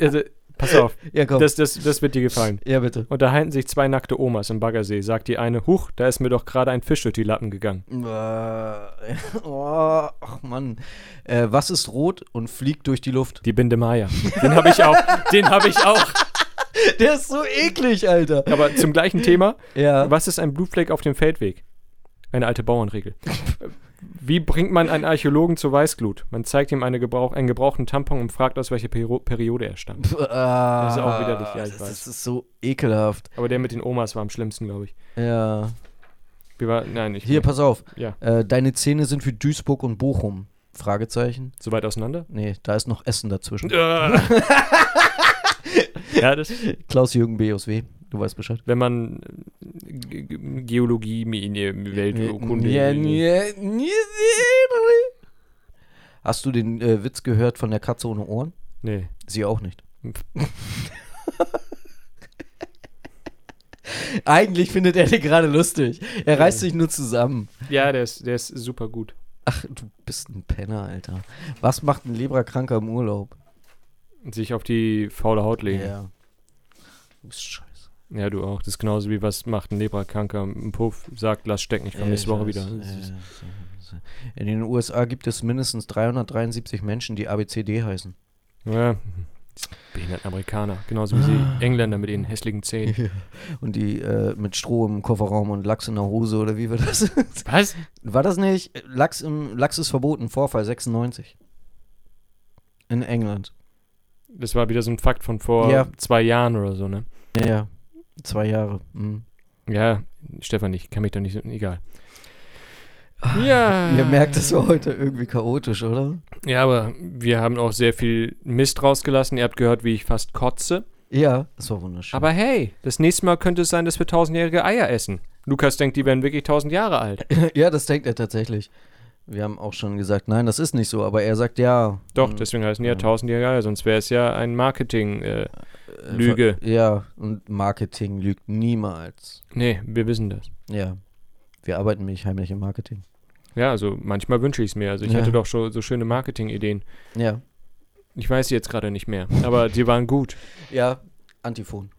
A: also, pass auf,
B: ja, komm.
A: das, das, das wird dir gefallen.
B: ja, bitte.
A: Unterhalten sich zwei nackte Omas im Baggersee, sagt die eine, huch, da ist mir doch gerade ein Fisch durch die Lappen gegangen.
B: Äh, [laughs] oh, ach Mann. Äh, was ist rot und fliegt durch die
C: [laughs]
B: Luft?
A: Die Binde
C: Ah
A: Maya. Den habe ich auch. Den habe ich auch.
B: Der ist so eklig, Alter.
A: Aber zum gleichen Thema.
B: Ja.
A: Was ist ein Blutfleck auf dem Feldweg?
C: Eine alte Bauernregel. Wie bringt man einen Archäologen zur Weißglut? Man zeigt ihm eine Gebrauch, einen gebrauchten Tampon und fragt, aus welcher Peri Periode er stammt.
B: das
C: ist auch widerlich, ja, ich
B: äh, das,
C: weiß.
B: das ist so ekelhaft.
C: Aber der mit den Omas war am schlimmsten, glaube ich.
B: Ja.
C: Wir war, nein, ich.
B: Hier, pass auf.
C: ja,
B: Äh, deine Zähne sind für Duisburg und Bochum. Fragezeichen.
C: so weit auseinander?
B: Nee, da ist noch Essen dazwischen.
C: ja, das.
B: Klaus-Jürgen BOSW, du weißt Bescheid.
C: Wenn man äh, Ge- Ge- Geologie, Mine, Welturkunde.
B: Ja, ja, ja. Hast du den äh, Witz gehört von der Katze ohne Ohren?
C: Nee.
B: Sie auch
C: [laughs]
B: nicht. Eigentlich findet er den gerade lustig. Er reißt sich nur zusammen.
C: Ja, der ist, der ist super gut.
B: Ach, du bist ein Penner, Alter. Was macht ein Lebrakranker im Urlaub?
C: Sich auf die faule Haut legen. Ja,
B: Du bist scheiße.
C: du auch. Das ist genauso wie was macht ein Lebrakranker im Puff, sagt, lass stecken, ich komme
B: Ja,
C: nächste Woche
B: weiß.
C: wieder.
B: Ja,
C: Das ist-
B: ja, ja, ja. In den USA gibt es mindestens 373 Menschen, die ABCD heißen.
C: Ja. Das Behinderten Amerikaner, genauso wie
B: Ah.
C: sie Engländer mit ihren hässlichen Zähnen.
B: Und die äh, mit Stroh im Kofferraum und Lachs in der Hose oder wie war das? [laughs]
C: Was?
B: War das nicht? Lachs, im, Lachs ist verboten, Vorfall 96. In England.
C: Das war wieder so ein Fakt von vor
B: Ja.
C: zwei Jahren oder so, ne?
B: Ja, ja. Zwei Jahre. Mhm.
C: Ja, Stefan, ich kann mich doch nicht so. Egal. Ja.
B: Ah. Ihr merkt, es war heute irgendwie chaotisch, oder?
C: Ja, aber wir haben auch sehr viel Mist rausgelassen. Ihr habt gehört, wie ich fast kotze.
B: Ja, es war wunderschön.
C: Aber hey, das nächste Mal könnte es sein, dass wir tausendjährige Eier essen. Lukas denkt, die werden wirklich tausend Jahre alt.
B: ja, das denkt er tatsächlich. Wir haben auch schon gesagt, nein, das ist nicht so, aber er sagt ja.
C: Doch,
B: Mhm.
C: deswegen heißen die ja
B: Ja.
C: tausendjährige Eier, sonst wäre es ja ein Marketing. Äh,
B: Äh,
C: Lüge.
B: ver- Ja, und Marketing lügt niemals.
C: nee, wir wissen das.
B: Ja. Wir arbeiten nämlich heimlich im Marketing.
C: Ja, also manchmal wünsche ich es mir. Also ich
B: Ja.
C: hatte doch schon so schöne Marketing-Ideen.
B: Ja.
C: Ich weiß sie jetzt gerade nicht mehr, aber die waren gut.
B: Ja, Antiphon.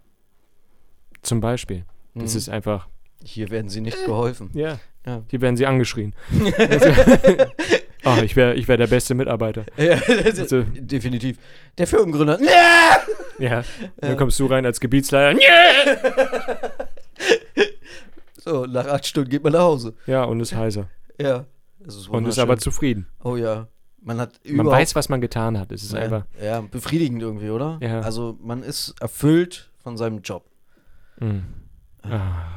C: Zum Beispiel. Das
B: Mhm.
C: ist einfach,
B: Hier werden sie
C: Äh.
B: nicht
C: [laughs]
B: geholfen.
C: ja,
B: Ja.
C: hier werden sie
B: [laughs]
C: angeschrien. also, [laughs] Ah, ich wäre ich wär der beste Mitarbeiter.
B: Ja, das ist,
C: Also-
B: definitiv. Der Firmengründer. Ja!
C: Ja, dann kommst du rein als Gebietsleiter. Yeah!
B: So, nach acht Stunden geht man nach Hause.
C: Ja, und ist heiser.
B: Ja. Das ist
C: Und ist aber
B: wunderschön.
C: zufrieden.
B: Oh ja. Man hat
C: Man
B: überhaupt.
C: weiß, was man getan hat. Es ist einfach.
B: ja, ja, befriedigend irgendwie, oder?
C: Ja.
B: Also, man ist erfüllt von seinem Job.
C: Mm. Ah.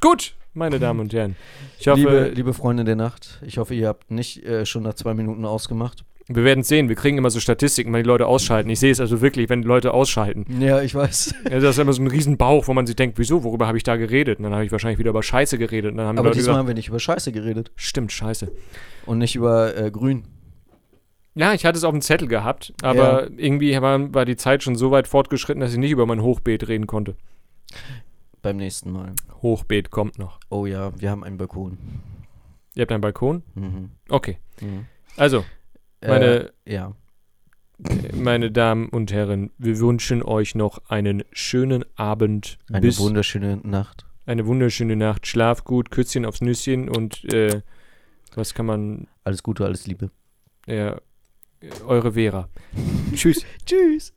C: Gut, meine Damen und Herren. Ich hoffe,
B: liebe, liebe Freunde der Nacht, ich hoffe, ihr habt nicht äh, schon nach zwei Minuten ausgemacht.
C: wir werden es sehen. Wir kriegen immer so Statistiken, wenn die Leute ausschalten. Ich sehe es also wirklich, wenn die Leute ausschalten.
B: Ja, ich weiß.
C: Also das ist immer so ein Riesenbauch, wo man sich denkt, wieso, worüber habe ich da geredet? Und dann habe ich wahrscheinlich wieder über Scheiße geredet. Und dann haben die
B: Aber
C: Leute
B: diesmal
C: gesagt,
B: haben wir nicht über Scheiße geredet
C: stimmt, Scheiße.
B: und nicht über äh, Grün.
C: Ja, ich hatte es auf dem Zettel gehabt, aber irgendwie war, war die Zeit schon so weit fortgeschritten, dass ich nicht über mein Hochbeet reden konnte.
B: Beim nächsten Mal.
C: Hochbeet kommt noch.
B: Oh ja, wir haben einen Balkon.
C: Ihr habt einen Balkon?
B: Mhm.
C: Okay.
B: Mhm.
C: Also, meine,
B: Äh, ja. Äh.
C: meine Damen und Herren, wir wünschen euch noch einen schönen Abend.
B: Eine
C: bis
B: wunderschöne Nacht.
C: eine wunderschöne Nacht. Schlaf gut, Küsschen aufs Nüsschen und äh, was kann man.
B: Alles Gute, alles Liebe.
C: Äh, eure Vera. Tschüss.
B: Tschüss.